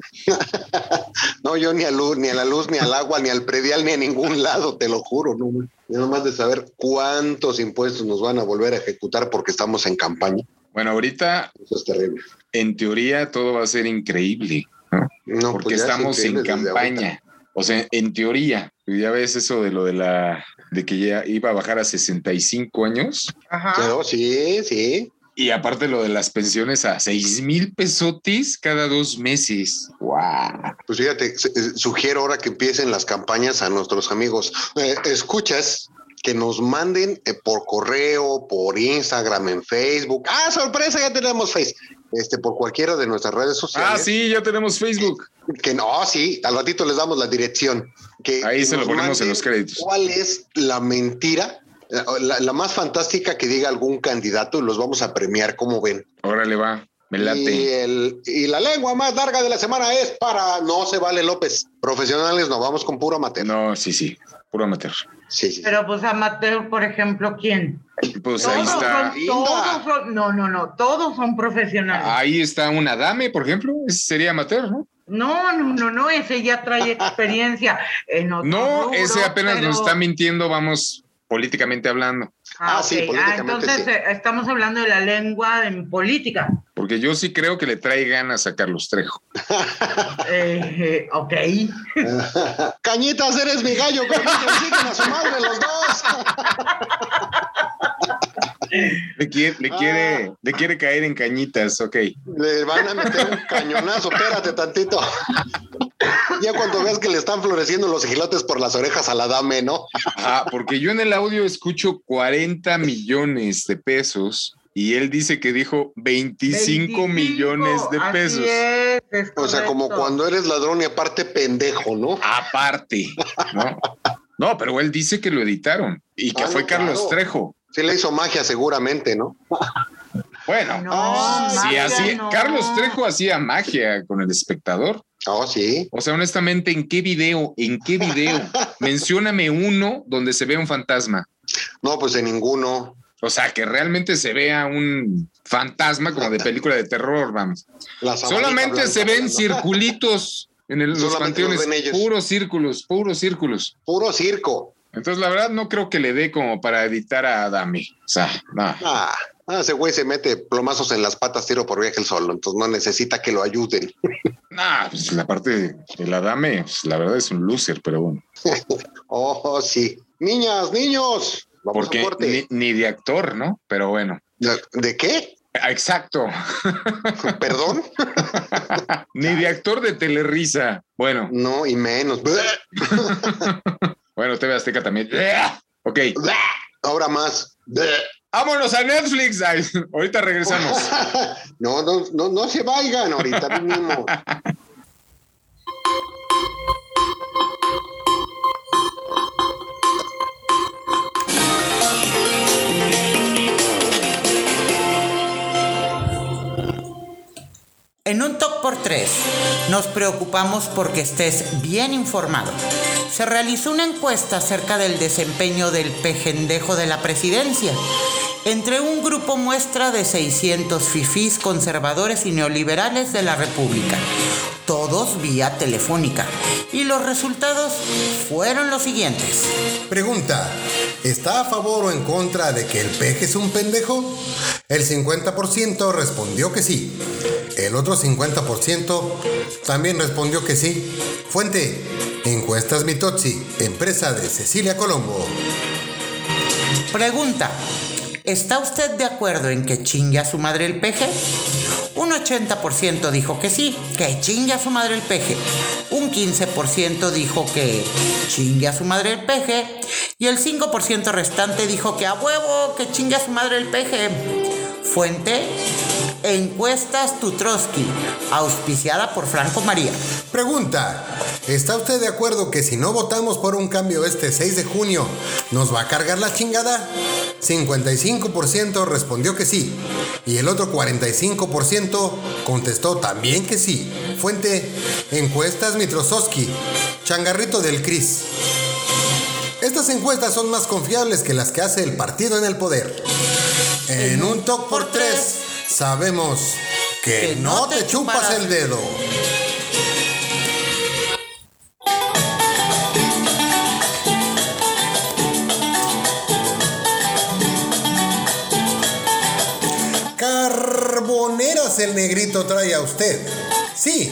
[SPEAKER 5] No, yo ni a, luz, ni a la luz, ni al agua, ni al predial, ni a ningún lado, te lo juro, no. man. Yo nomás de saber cuántos impuestos nos van a volver a ejecutar porque estamos en campaña.
[SPEAKER 3] Bueno, ahorita
[SPEAKER 5] Eso es terrible.
[SPEAKER 3] en teoría todo va a ser increíble, ¿no?
[SPEAKER 5] No,
[SPEAKER 3] porque
[SPEAKER 5] pues ya es
[SPEAKER 3] estamos en
[SPEAKER 5] increíble desde ahorita.
[SPEAKER 3] campaña. O sea, en teoría, ya ves eso de lo de la de que ya iba a bajar a 65 años
[SPEAKER 4] Ajá.
[SPEAKER 5] Pero sí, sí.
[SPEAKER 3] y aparte lo de las pensiones a 6 mil pesotes cada dos meses. ¡Wow!
[SPEAKER 5] Pues fíjate, se- eh, sugiero ahora que empiecen las campañas a nuestros amigos. Eh, escuchas que nos manden eh, por correo, por Instagram, en Facebook. Ah, sorpresa, ya tenemos Face. Este, por cualquiera de nuestras redes sociales.
[SPEAKER 3] Ah, sí, ya tenemos Facebook.
[SPEAKER 5] Que no, oh, sí, al ratito les damos la dirección. Que
[SPEAKER 3] Ahí
[SPEAKER 5] que
[SPEAKER 3] se lo
[SPEAKER 5] nos
[SPEAKER 3] ponemos en
[SPEAKER 5] manden
[SPEAKER 3] los créditos.
[SPEAKER 5] ¿Cuál es la mentira? La, la- la más fantástica que diga algún candidato y los vamos a premiar, como ven.
[SPEAKER 3] Ahora le va, me
[SPEAKER 5] Y,
[SPEAKER 3] late.
[SPEAKER 5] el- y la lengua más larga de la semana es para no se vale López. Profesionales, no vamos con puro amateur.
[SPEAKER 3] No, sí, sí, puro amateur.
[SPEAKER 5] Sí, sí.
[SPEAKER 4] Pero pues amateur, por ejemplo, ¿quién?
[SPEAKER 3] Pues ahí
[SPEAKER 4] todos,
[SPEAKER 3] está.
[SPEAKER 4] son, todos
[SPEAKER 5] Linda.
[SPEAKER 4] son- no, no, no, todos son profesionales.
[SPEAKER 3] Ahí está una dame, por ejemplo. Ese sería amateur, ¿no?
[SPEAKER 4] No, no, no, no, ese ya trae experiencia. en otro
[SPEAKER 3] No,
[SPEAKER 4] rubro,
[SPEAKER 3] ese apenas
[SPEAKER 4] pero-
[SPEAKER 3] nos está mintiendo, vamos, políticamente hablando.
[SPEAKER 5] Ah,
[SPEAKER 4] ok.
[SPEAKER 5] sí, políticamente
[SPEAKER 4] entonces
[SPEAKER 5] sí.
[SPEAKER 4] eh, estamos hablando de la lengua en política.
[SPEAKER 3] Porque yo sí creo que le trae ganas a Carlos Trejo.
[SPEAKER 4] Eh, eh, ok.
[SPEAKER 5] Cañitas, eres mi gallo, pero siguen a su madre los dos.
[SPEAKER 3] Le quiere, le
[SPEAKER 5] Ah.
[SPEAKER 3] quiere, le quiere caer en cañitas, ok.
[SPEAKER 5] Le van a meter un cañonazo, espérate tantito. Ya cuando veas que le están floreciendo los gilotes por las orejas a la dame, ¿no?
[SPEAKER 3] Ajá, porque yo en el audio escucho 40 millones de pesos y él dice que dijo 25,
[SPEAKER 4] 25,
[SPEAKER 3] millones de
[SPEAKER 4] así
[SPEAKER 3] pesos.
[SPEAKER 4] es, es
[SPEAKER 5] O sea, como
[SPEAKER 4] correcto.
[SPEAKER 5] cuando eres ladrón y aparte pendejo, ¿no?
[SPEAKER 3] Aparte, ¿no? No, pero él dice que lo editaron y que
[SPEAKER 5] Ah, no,
[SPEAKER 3] fue Carlos
[SPEAKER 5] claro.
[SPEAKER 3] Trejo.
[SPEAKER 5] Sí le hizo magia seguramente, ¿no?
[SPEAKER 3] Bueno,
[SPEAKER 4] No,
[SPEAKER 5] Ah,
[SPEAKER 3] si
[SPEAKER 4] magia
[SPEAKER 3] así,
[SPEAKER 4] no.
[SPEAKER 3] Carlos Trejo hacía magia con el espectador.
[SPEAKER 5] Oh, sí.
[SPEAKER 3] O sea, honestamente, ¿en qué video? ¿En qué video? Mencióname uno donde se vea un fantasma.
[SPEAKER 5] No, pues en ninguno.
[SPEAKER 3] O sea, que realmente se vea un fantasma como de película de terror, vamos.
[SPEAKER 5] La sabanita
[SPEAKER 3] Solamente
[SPEAKER 5] blanca,
[SPEAKER 3] se ven
[SPEAKER 5] ¿no?
[SPEAKER 3] circulitos en el- los
[SPEAKER 5] Solamente los
[SPEAKER 3] panteones,
[SPEAKER 5] ven ellos.
[SPEAKER 3] puros círculos, puros círculos.
[SPEAKER 5] Puro circo.
[SPEAKER 3] Entonces, la verdad, no creo que le dé como para editar a Adame. O sea, no.
[SPEAKER 5] Ah, ah, ese güey se mete plomazos en las patas, tiro por viaje el solo, entonces no necesita que lo ayuden.
[SPEAKER 3] No, pues la parte del Adame, pues, la verdad es un loser, pero bueno.
[SPEAKER 5] Oh, sí. Niñas, niños. Vamos a
[SPEAKER 3] Porque
[SPEAKER 5] corte.
[SPEAKER 3] ni, ni de actor, ¿no? Pero bueno.
[SPEAKER 5] ¿De- ¿De qué?
[SPEAKER 3] Ah, Exacto.
[SPEAKER 5] ¿Perdón?
[SPEAKER 3] Ni de actor de telerisa. Bueno.
[SPEAKER 5] No, y menos.
[SPEAKER 3] Bueno, TV Azteca también. Ok,
[SPEAKER 5] Ahora más.
[SPEAKER 3] vámonos a Netflix. Ay, ahorita regresamos.
[SPEAKER 5] No, no, no, no se vayan ahorita mismo.
[SPEAKER 2] En un TOC por 3 nos preocupamos porque estés bien informado. Se realizó una encuesta acerca del desempeño del pejendejo de la presidencia. Entre un grupo muestra de 600 fifís conservadores y neoliberales de la República, todos vía telefónica. Y los resultados fueron los siguientes.
[SPEAKER 1] Pregunta, ¿está a favor o en contra de que el peje es un pendejo? El 50% respondió que sí. El otro 50% también respondió que sí. Fuente, encuestas Mitotsi, empresa de Cecilia Colombo.
[SPEAKER 2] Pregunta. ¿Está usted de acuerdo en que chingue a su madre el peje? Un 80% dijo que sí, que chingue a su madre el peje. Un 15% dijo que chingue a su madre el peje. Y el 5% restante dijo que a huevo, que chingue a su madre el peje. Fuente, encuestas Tutroski, auspiciada por Franco María.
[SPEAKER 1] Pregunta, ¿está usted de acuerdo que si no votamos por un cambio este 6 de junio, nos va a cargar la chingada? 55% respondió que sí y el otro 45% contestó también que sí. Fuente, encuestas Mitrosovsky, changarrito del Cris. Estas encuestas son más confiables que las que hace el partido en el poder. En un top por tres, sabemos que,
[SPEAKER 2] Que
[SPEAKER 1] no
[SPEAKER 2] no
[SPEAKER 1] te
[SPEAKER 2] te
[SPEAKER 1] chupas
[SPEAKER 2] chuparás.
[SPEAKER 1] el dedo. Carboneras el negrito trae a usted. Sí,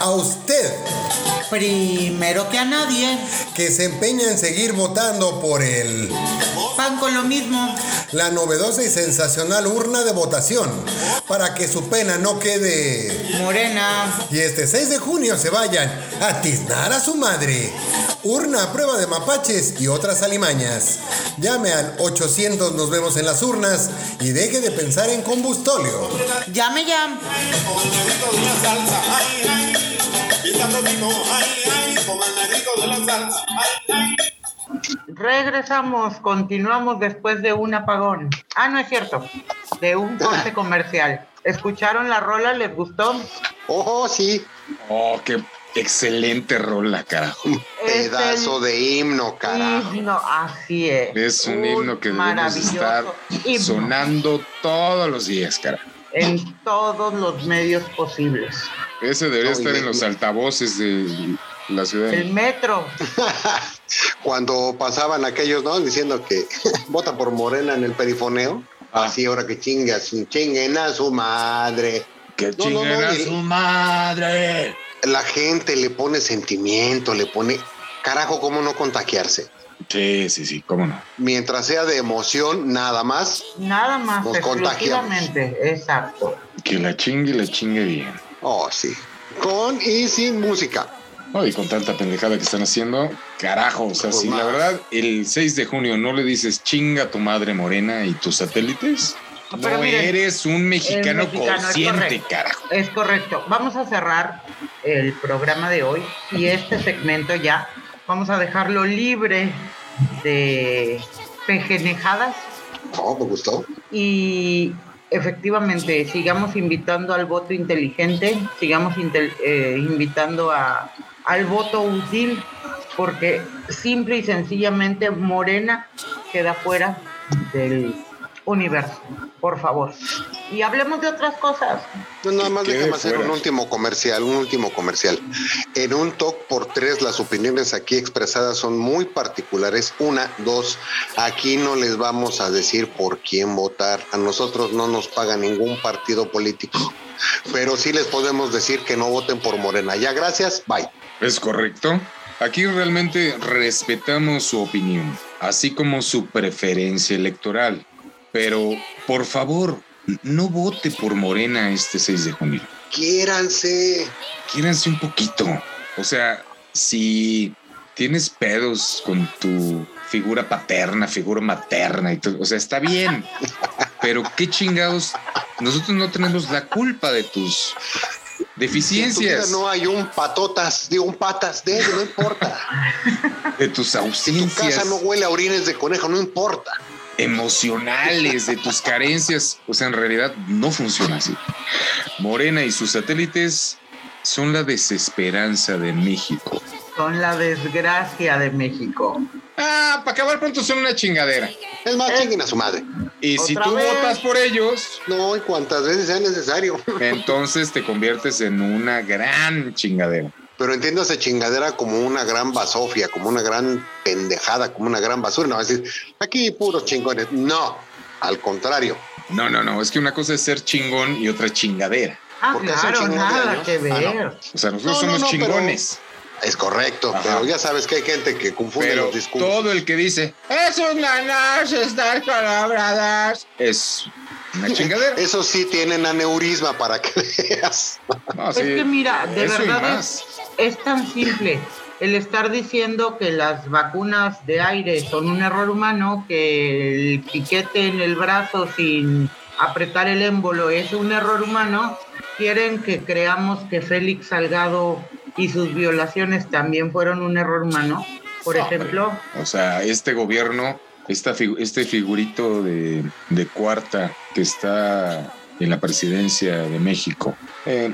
[SPEAKER 1] a usted
[SPEAKER 2] Primero que a nadie,
[SPEAKER 1] que se empeña en seguir votando por el
[SPEAKER 2] van con lo mismo.
[SPEAKER 1] la novedosa y sensacional urna de votación para que su pena no quede
[SPEAKER 2] Morena,
[SPEAKER 1] y este 6 de junio se vayan a tiznar a su madre. Urna a prueba de mapaches y otras alimañas. Llame al 800 nos vemos en las urnas y deje de pensar en combustóleo.
[SPEAKER 2] llame ya.
[SPEAKER 6] con el rico de la salsa, ay, ay, pintando rico, ay, ay, con el rico de la salsa, ay, ay.
[SPEAKER 4] Regresamos, continuamos después de un apagón. Ah, no es cierto, de un corte comercial. ¿Escucharon la rola? ¿Les gustó?
[SPEAKER 5] Ojo, sí.
[SPEAKER 3] Oh, qué excelente rola, carajo.
[SPEAKER 4] Es
[SPEAKER 5] Pedazo
[SPEAKER 4] Este el
[SPEAKER 5] de himno, carajo.
[SPEAKER 4] Himno, así es.
[SPEAKER 3] Es un himno que debemos
[SPEAKER 4] maravilloso
[SPEAKER 3] estar
[SPEAKER 4] himno
[SPEAKER 3] sonando todos los días, carajo.
[SPEAKER 4] En todos los medios posibles.
[SPEAKER 3] Ese debería
[SPEAKER 5] No, y
[SPEAKER 3] estar
[SPEAKER 5] me-
[SPEAKER 3] en los altavoces de la ciudad.
[SPEAKER 4] El metro,
[SPEAKER 5] Cuando pasaban aquellos, ¿no? Diciendo que vota por Morena en el perifoneo.
[SPEAKER 3] Ah.
[SPEAKER 5] Así ahora que chingas, chinguen a su madre.
[SPEAKER 3] Que
[SPEAKER 5] no, no,
[SPEAKER 3] chinguen a
[SPEAKER 5] y-
[SPEAKER 3] su madre.
[SPEAKER 5] La gente le pone sentimiento, le pone... Carajo, ¿cómo no contagiarse?
[SPEAKER 3] Sí, sí, sí, cómo no.
[SPEAKER 5] Mientras sea de emoción, nada más.
[SPEAKER 4] nada más,
[SPEAKER 5] Nos contagiamos.
[SPEAKER 4] exclusivamente. Exacto.
[SPEAKER 3] Que la chingue y la chingue bien.
[SPEAKER 5] Oh, sí. Con y sin música.
[SPEAKER 3] No, y con tanta pendejada que están haciendo, carajo. O sea,
[SPEAKER 5] Pues
[SPEAKER 3] si la
[SPEAKER 5] más.
[SPEAKER 3] verdad el 6 de junio no le dices chinga a tu madre morena y tus satélites,
[SPEAKER 4] Pero
[SPEAKER 3] no
[SPEAKER 4] miren,
[SPEAKER 3] eres un mexicano,
[SPEAKER 4] mexicano es
[SPEAKER 3] consciente,
[SPEAKER 4] correcto.
[SPEAKER 3] carajo.
[SPEAKER 4] Es correcto. Vamos a cerrar el programa de hoy y este segmento ya vamos a dejarlo libre de pejenejadas
[SPEAKER 5] Oh, me gustó.
[SPEAKER 4] y efectivamente sigamos invitando al voto inteligente, sigamos intel- eh, invitando a, al voto útil porque simple y sencillamente Morena queda fuera del universo, por favor. Y hablemos de otras cosas.
[SPEAKER 5] No, nada más
[SPEAKER 3] Que quede
[SPEAKER 5] déjame hacer un
[SPEAKER 3] fuera.
[SPEAKER 5] último comercial, un último comercial. En un talk por tres, las opiniones aquí expresadas son muy particulares. Una, dos, aquí no les vamos a decir por quién votar. A nosotros no nos paga ningún partido político, pero sí les podemos decir que no voten por Morena. Ya, gracias, bye.
[SPEAKER 3] Es correcto. Aquí realmente respetamos su opinión, así como su preferencia electoral. Pero, por favor, no vote por Morena este 6 de junio.
[SPEAKER 5] Quiéranse.
[SPEAKER 3] Quiéranse un poquito. O sea, si tienes pedos con tu figura paterna, figura materna y todo, o sea, está bien. Pero qué chingados, nosotros no tenemos la culpa de tus
[SPEAKER 5] Si en tu vida
[SPEAKER 3] deficiencias,
[SPEAKER 5] no hay un patotas, digo un patas de, no importa.
[SPEAKER 3] de tus
[SPEAKER 5] Si tu
[SPEAKER 3] ausencias.
[SPEAKER 5] casa no huele a orines de conejo, no importa.
[SPEAKER 3] emocionales, de tus carencias. O sea, en realidad no funciona así. Morena y sus satélites son la desesperanza de México.
[SPEAKER 4] Son la desgracia de México.
[SPEAKER 3] Ah, para acabar pronto son una chingadera.
[SPEAKER 5] Es más, chinguen a su madre.
[SPEAKER 3] Y si
[SPEAKER 4] Otra
[SPEAKER 3] tú
[SPEAKER 4] vez.
[SPEAKER 3] votas por ellos,
[SPEAKER 5] No, y cuantas veces sea necesario.
[SPEAKER 3] entonces te conviertes en una gran chingadera.
[SPEAKER 5] Pero entiéndase chingadera como una gran basofia, como una gran pendejada, como una gran basura. No vas a decir, aquí puros chingones. No, al contrario.
[SPEAKER 3] No, no, no, es que una cosa es ser chingón y otra chingadera.
[SPEAKER 4] Ah,
[SPEAKER 5] Porque son
[SPEAKER 4] claro,
[SPEAKER 5] chingones,
[SPEAKER 4] nada
[SPEAKER 5] ¿no?
[SPEAKER 4] que
[SPEAKER 5] Ah, no.
[SPEAKER 4] ver.
[SPEAKER 3] O sea, nosotros
[SPEAKER 5] No, no,
[SPEAKER 3] somos
[SPEAKER 5] no, pero-
[SPEAKER 3] chingones,
[SPEAKER 5] Es correcto,
[SPEAKER 3] Ajá.
[SPEAKER 5] pero ya sabes que hay gente que confunde
[SPEAKER 3] pero
[SPEAKER 5] los discursos.
[SPEAKER 3] todo el que dice es un ganar, estar colaboradas, es una chingadera.
[SPEAKER 5] Eso sí tienen aneurisma para que veas.
[SPEAKER 3] No,
[SPEAKER 4] Es que mira, de
[SPEAKER 3] eso y
[SPEAKER 4] verdad
[SPEAKER 3] más.
[SPEAKER 4] es, es tan simple el estar diciendo que las vacunas de aire son un error humano, que el piquete en el brazo sin apretar el émbolo es un error humano. Quieren que creamos que Félix Salgado y sus violaciones también fueron un error humano, por
[SPEAKER 3] No,
[SPEAKER 4] ejemplo.
[SPEAKER 3] O sea, este gobierno, esta figu- este figurito de, de cuarta que está en la presidencia de México, eh,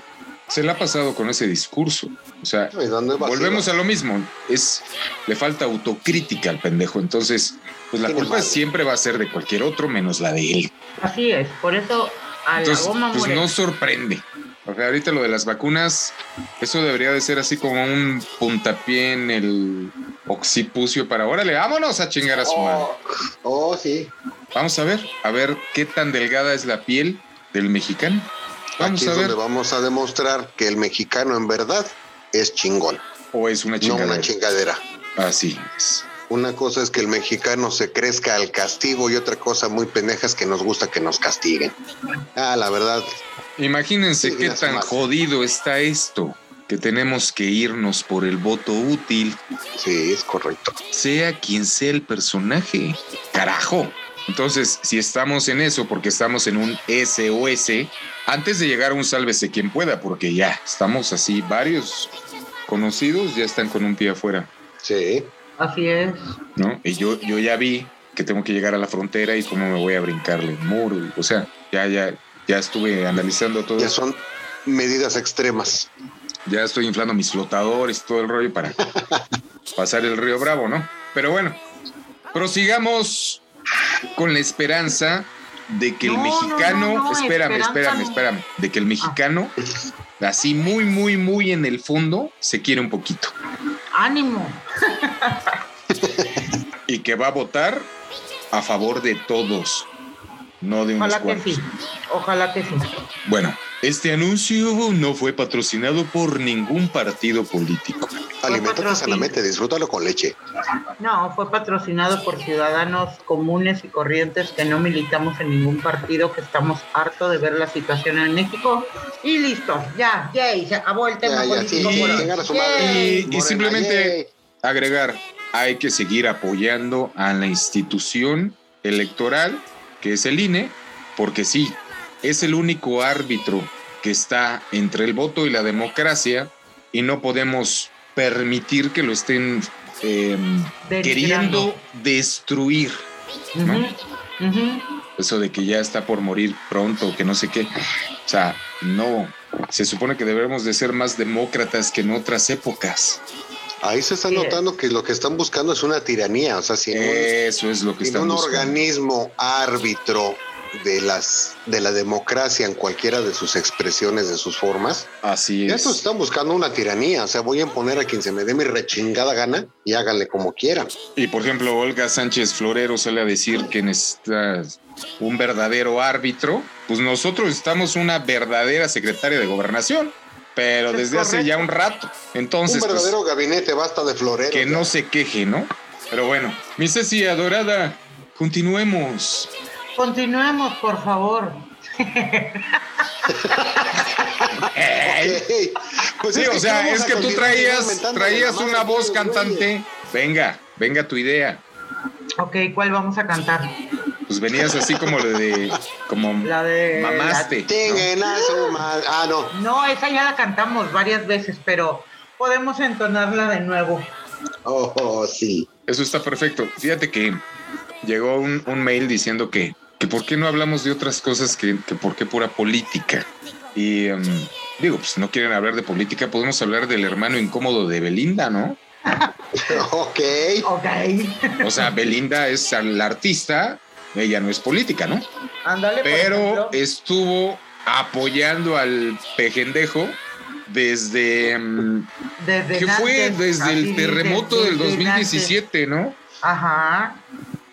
[SPEAKER 3] se la ha pasado con ese discurso. O sea,
[SPEAKER 5] Y dando vacío.
[SPEAKER 3] volvemos a lo mismo. Es, le falta autocrítica al pendejo. Entonces, pues la
[SPEAKER 5] Tiene
[SPEAKER 3] culpa
[SPEAKER 5] madre.
[SPEAKER 3] siempre va a ser de cualquier otro menos la de él.
[SPEAKER 4] Así es, por eso a
[SPEAKER 3] Entonces,
[SPEAKER 4] la goma
[SPEAKER 3] pues
[SPEAKER 4] morena.
[SPEAKER 3] no sorprende. O sea, ahorita lo de las vacunas, eso debería de ser así como un puntapié en el occipucio para órale, vámonos a chingar a su madre.
[SPEAKER 5] Oh, oh, sí.
[SPEAKER 3] Vamos a ver, a ver qué tan delgada es la piel del mexicano. Vamos
[SPEAKER 5] Aquí
[SPEAKER 3] a
[SPEAKER 5] es
[SPEAKER 3] ver.
[SPEAKER 5] donde vamos a demostrar que el mexicano en verdad es chingón,
[SPEAKER 3] O es una
[SPEAKER 5] no
[SPEAKER 3] chingadera.
[SPEAKER 5] una chingadera.
[SPEAKER 3] Así es.
[SPEAKER 5] Una cosa es que el mexicano se crezca al castigo y otra cosa muy pendeja es que nos gusta que nos castiguen. Ah, la verdad,
[SPEAKER 3] Imagínense
[SPEAKER 5] Sí,
[SPEAKER 3] qué
[SPEAKER 5] las
[SPEAKER 3] tan
[SPEAKER 5] más.
[SPEAKER 3] jodido está esto, que tenemos que irnos por el voto útil,
[SPEAKER 5] sí, es correcto.
[SPEAKER 3] sea quien sea el personaje. Carajo. Entonces, si estamos en eso, porque estamos en un SOS, antes de llegar a un sálvese quien pueda, porque ya estamos así, varios conocidos ya están con un pie afuera,
[SPEAKER 5] Sí,
[SPEAKER 4] Así es.
[SPEAKER 3] ¿no? Y yo, yo ya vi que tengo que llegar a la frontera y cómo me voy a brincarle el muro. O sea, ya, ya, ya estuve analizando todo
[SPEAKER 5] ya
[SPEAKER 3] eso.
[SPEAKER 5] son medidas extremas.
[SPEAKER 3] ya estoy inflando mis flotadores, todo el rollo para pasar el río Bravo, ¿no? Pero bueno, prosigamos con la esperanza de que el
[SPEAKER 4] No, no,
[SPEAKER 3] mexicano,
[SPEAKER 4] no, no,
[SPEAKER 3] espérame,
[SPEAKER 4] esperanza Ah.
[SPEAKER 3] espérame,
[SPEAKER 4] no.
[SPEAKER 3] espérame, de que el mexicano, así muy, muy, muy en el fondo, se quiere un poquito
[SPEAKER 4] Ánimo.
[SPEAKER 3] y que va a votar a favor de todos, no de unos
[SPEAKER 4] Ojalá que
[SPEAKER 3] cuantos.
[SPEAKER 4] sí. Ojalá que sí.
[SPEAKER 3] Bueno, este anuncio no fue patrocinado por ningún partido político.
[SPEAKER 5] Alimentate
[SPEAKER 4] patrocinio.
[SPEAKER 5] sanamente, disfrútalo con leche.
[SPEAKER 4] No, fue patrocinado por ciudadanos comunes y corrientes que no militamos en ningún partido, que estamos harto de ver la situación en México. Y listo, ya, yay, se acabó el tema
[SPEAKER 5] Ya, ya, sí,
[SPEAKER 4] político.
[SPEAKER 3] sí,
[SPEAKER 4] por hoy.
[SPEAKER 5] chingar a su madre.
[SPEAKER 4] Yay.
[SPEAKER 3] Y, y
[SPEAKER 5] Morena,
[SPEAKER 3] simplemente
[SPEAKER 5] yay.
[SPEAKER 3] agregar, hay que seguir apoyando a la institución electoral, que es el INE, porque sí, es el único árbitro que está entre el voto y la democracia y no podemos permitir que lo estén eh,
[SPEAKER 4] Denigrando.
[SPEAKER 3] queriendo destruir.
[SPEAKER 4] Ujú, ujú.
[SPEAKER 3] Eso de que ya está por morir pronto, que no sé qué. O sea, no. Se supone que debemos de ser más demócratas que en otras épocas.
[SPEAKER 5] Ahí se está
[SPEAKER 4] Sí.
[SPEAKER 5] notando que lo que están buscando es una tiranía, o sea, si en un-
[SPEAKER 3] Eso es lo que
[SPEAKER 5] en
[SPEAKER 3] están
[SPEAKER 5] un
[SPEAKER 3] buscando.
[SPEAKER 5] organismo árbitro de las de la democracia en cualquiera de sus expresiones, de sus formas,
[SPEAKER 3] Así
[SPEAKER 5] ya
[SPEAKER 3] es.
[SPEAKER 5] estos están buscando una tiranía, o sea, voy a imponer a quien se me dé mi rechingada gana y háganle como quieran.
[SPEAKER 3] Y por ejemplo, Olga Sánchez Florero sale a decir que necesitas un verdadero árbitro. Pues nosotros estamos una verdadera secretaria de gobernación, pero
[SPEAKER 4] Es
[SPEAKER 3] desde hace
[SPEAKER 4] correcto.
[SPEAKER 3] ya un rato. Entonces,
[SPEAKER 5] un
[SPEAKER 3] pues,
[SPEAKER 5] verdadero gabinete basta de florero.
[SPEAKER 3] que no se queje, ¿no? Pero bueno, mi Ceci adorada, continuemos.
[SPEAKER 4] Continuemos, por favor.
[SPEAKER 3] Ey.
[SPEAKER 5] Ok. Pues
[SPEAKER 3] Sí,
[SPEAKER 5] es que
[SPEAKER 3] o sea,
[SPEAKER 5] vamos
[SPEAKER 3] es
[SPEAKER 5] a
[SPEAKER 3] que tú
[SPEAKER 5] continuar
[SPEAKER 3] traías,
[SPEAKER 5] inventándole
[SPEAKER 3] traías
[SPEAKER 5] la madre
[SPEAKER 3] una
[SPEAKER 5] a
[SPEAKER 3] voz
[SPEAKER 5] estos güeyes.
[SPEAKER 3] cantante. Venga, venga tu idea.
[SPEAKER 4] Ok, ¿cuál vamos a cantar?
[SPEAKER 3] Pues venías así como de, como
[SPEAKER 4] La de-
[SPEAKER 3] mamaste. ¿no?
[SPEAKER 5] Chinguen a su madre. Ah, no.
[SPEAKER 4] No, esa ya la cantamos varias veces, pero podemos entonarla de nuevo.
[SPEAKER 5] Oh, oh, sí.
[SPEAKER 3] Eso está perfecto. Fíjate que llegó un, un mail diciendo que, que por qué no hablamos de otras cosas que, que por qué pura política. Y em, digo, pues no quieren hablar de política, podemos hablar del hermano incómodo de Belinda, ¿no?
[SPEAKER 5] Ok.
[SPEAKER 4] Ok,
[SPEAKER 3] O sea, Belinda es la artista, ella no es política, ¿no?
[SPEAKER 4] ándale. por ejemplo.
[SPEAKER 3] Pero eh, estuvo apoyando al pejendejo desde... em,
[SPEAKER 4] desde
[SPEAKER 3] que fue
[SPEAKER 4] antes,
[SPEAKER 3] desde
[SPEAKER 4] así
[SPEAKER 3] el
[SPEAKER 4] dice,
[SPEAKER 3] terremoto del
[SPEAKER 4] desde antes.
[SPEAKER 3] 2017, ¿no?
[SPEAKER 4] Ajá.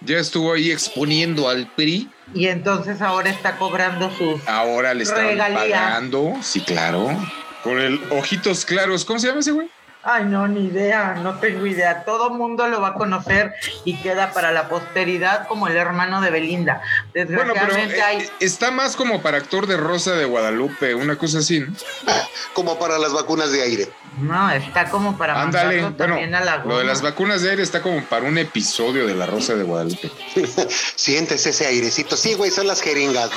[SPEAKER 3] Ya estuvo ahí exponiendo al PRI
[SPEAKER 4] Y entonces ahora está cobrando sus.
[SPEAKER 3] Ahora le están
[SPEAKER 4] Regalías.
[SPEAKER 3] pagando, sí, claro. Con el ojitos claros. ¿Cómo se llama ese güey?
[SPEAKER 4] Ay, no, ni idea, no tengo idea. Todo mundo lo va a conocer y queda para la posteridad como el hermano de Belinda.
[SPEAKER 3] Bueno, pero
[SPEAKER 4] Desgraciadamente
[SPEAKER 3] eh,
[SPEAKER 4] hay.
[SPEAKER 3] está más como para actor de Rosa de Guadalupe, una cosa así. ¿no?
[SPEAKER 5] Como para las vacunas de aire.
[SPEAKER 4] No, está como para
[SPEAKER 3] Ándale.
[SPEAKER 4] mandarlo
[SPEAKER 3] Bueno,
[SPEAKER 4] también a la
[SPEAKER 3] lo de las
[SPEAKER 4] goma.
[SPEAKER 3] vacunas de aire está como para un episodio de la Rosa de Guadalupe.
[SPEAKER 5] Sientes ese airecito. Sí, güey, son las jeringas,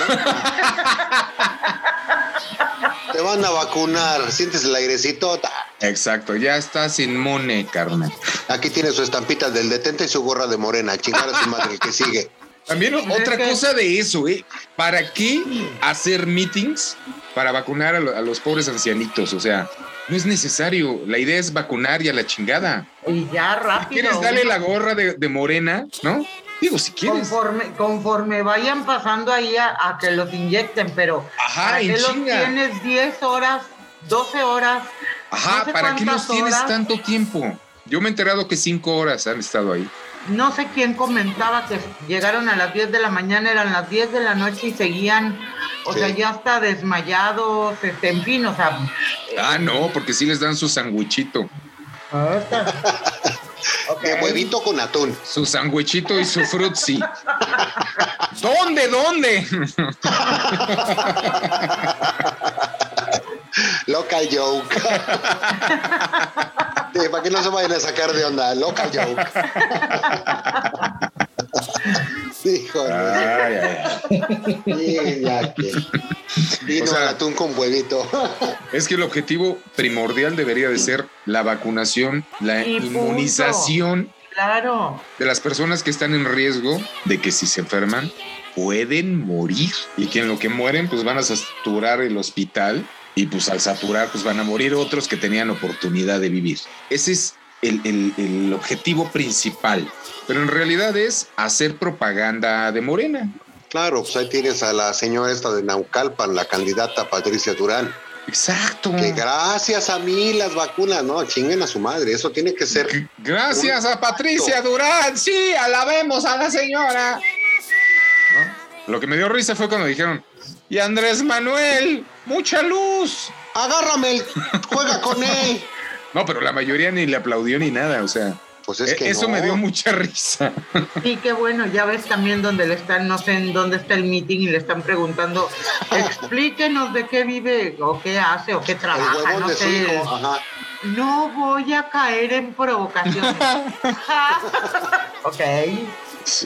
[SPEAKER 5] ¿no? Te van a vacunar. Sientes el airecito. Ta.
[SPEAKER 3] Exacto, ya estás inmune, carnal.
[SPEAKER 5] Aquí tiene su estampita del detente y su gorra de morena. Chingar a su madre el que sigue.
[SPEAKER 3] También otra
[SPEAKER 4] que-
[SPEAKER 3] cosa de eso, ¿eh? ¿Para qué hacer meetings para vacunar a, lo- a los pobres ancianitos? O sea, no es necesario. La idea es vacunar y a la chingada.
[SPEAKER 4] Y ya rápido.
[SPEAKER 3] ¿Quieres darle la gorra de, de morena? ¿No? Digo, si quieres.
[SPEAKER 4] Conforme, conforme vayan pasando ahí a, a que los inyecten, pero
[SPEAKER 3] Ajá,
[SPEAKER 4] ¿para
[SPEAKER 3] en
[SPEAKER 4] qué los
[SPEAKER 3] chinga.
[SPEAKER 4] tienes 10 horas, 12 horas?
[SPEAKER 3] Ajá,
[SPEAKER 4] no sé
[SPEAKER 3] ¿para qué los
[SPEAKER 4] cuántas
[SPEAKER 3] tienes
[SPEAKER 4] horas?
[SPEAKER 3] tanto tiempo? Yo me he enterado que cinco horas han estado ahí.
[SPEAKER 4] No sé quién comentaba que llegaron a las 10 de la mañana, eran las 10 de la noche y seguían, o
[SPEAKER 5] Sí.
[SPEAKER 4] sea, ya hasta desmayados, este, en fin, o sea,
[SPEAKER 3] Ah, no, porque sí les dan su sandwichito.
[SPEAKER 4] ahorita. Ok.
[SPEAKER 5] De huevito con atún.
[SPEAKER 3] Su sandwichito y su frutzi. ¿Dónde? ¿Dónde?
[SPEAKER 5] Local joke. Sí, para que no se vayan a sacar de onda. Local joke. Híjole.
[SPEAKER 3] Ay, ay, ay.
[SPEAKER 5] Sí, ya que. Vino
[SPEAKER 3] O sea-
[SPEAKER 5] al atún con huevito.
[SPEAKER 3] Es que el objetivo primordial debería de ser la vacunación, la
[SPEAKER 4] Y punto.
[SPEAKER 3] inmunización
[SPEAKER 4] Claro.
[SPEAKER 3] de las personas que están en riesgo de que si se enferman pueden morir y que en lo que mueren pues van a saturar el hospital y pues al saturar pues van a morir otros que tenían oportunidad de vivir. Ese es el, el- el objetivo principal, pero en realidad es hacer propaganda de Morena.
[SPEAKER 5] Claro, pues ahí tienes a la señora esta de Naucalpan, la candidata Patricia Durán.
[SPEAKER 3] Exacto.
[SPEAKER 5] Que gracias a mí las vacunas, no, chinguen a su madre. Eso tiene que ser
[SPEAKER 3] G- Gracias a Patricia Durán, sí, alabemos a la señora. ¿No? Lo que me dio risa fue cuando dijeron, y Andrés Manuel, mucha luz.
[SPEAKER 5] agárrame, el- juega con él.
[SPEAKER 3] No, pero la mayoría ni le aplaudió ni nada, o sea,
[SPEAKER 5] Pues es
[SPEAKER 3] e-
[SPEAKER 5] que
[SPEAKER 3] eso
[SPEAKER 5] no.
[SPEAKER 3] me dio mucha risa.
[SPEAKER 4] Sí, qué bueno, ya ves también dónde le están, no sé en dónde está el meeting y le están preguntando, explíquenos de qué vive o qué hace o qué
[SPEAKER 5] El
[SPEAKER 4] trabaja,
[SPEAKER 5] huevón
[SPEAKER 4] no
[SPEAKER 5] de su
[SPEAKER 4] sé.
[SPEAKER 5] hijo, ajá.
[SPEAKER 4] No voy a caer en provocaciones. ok.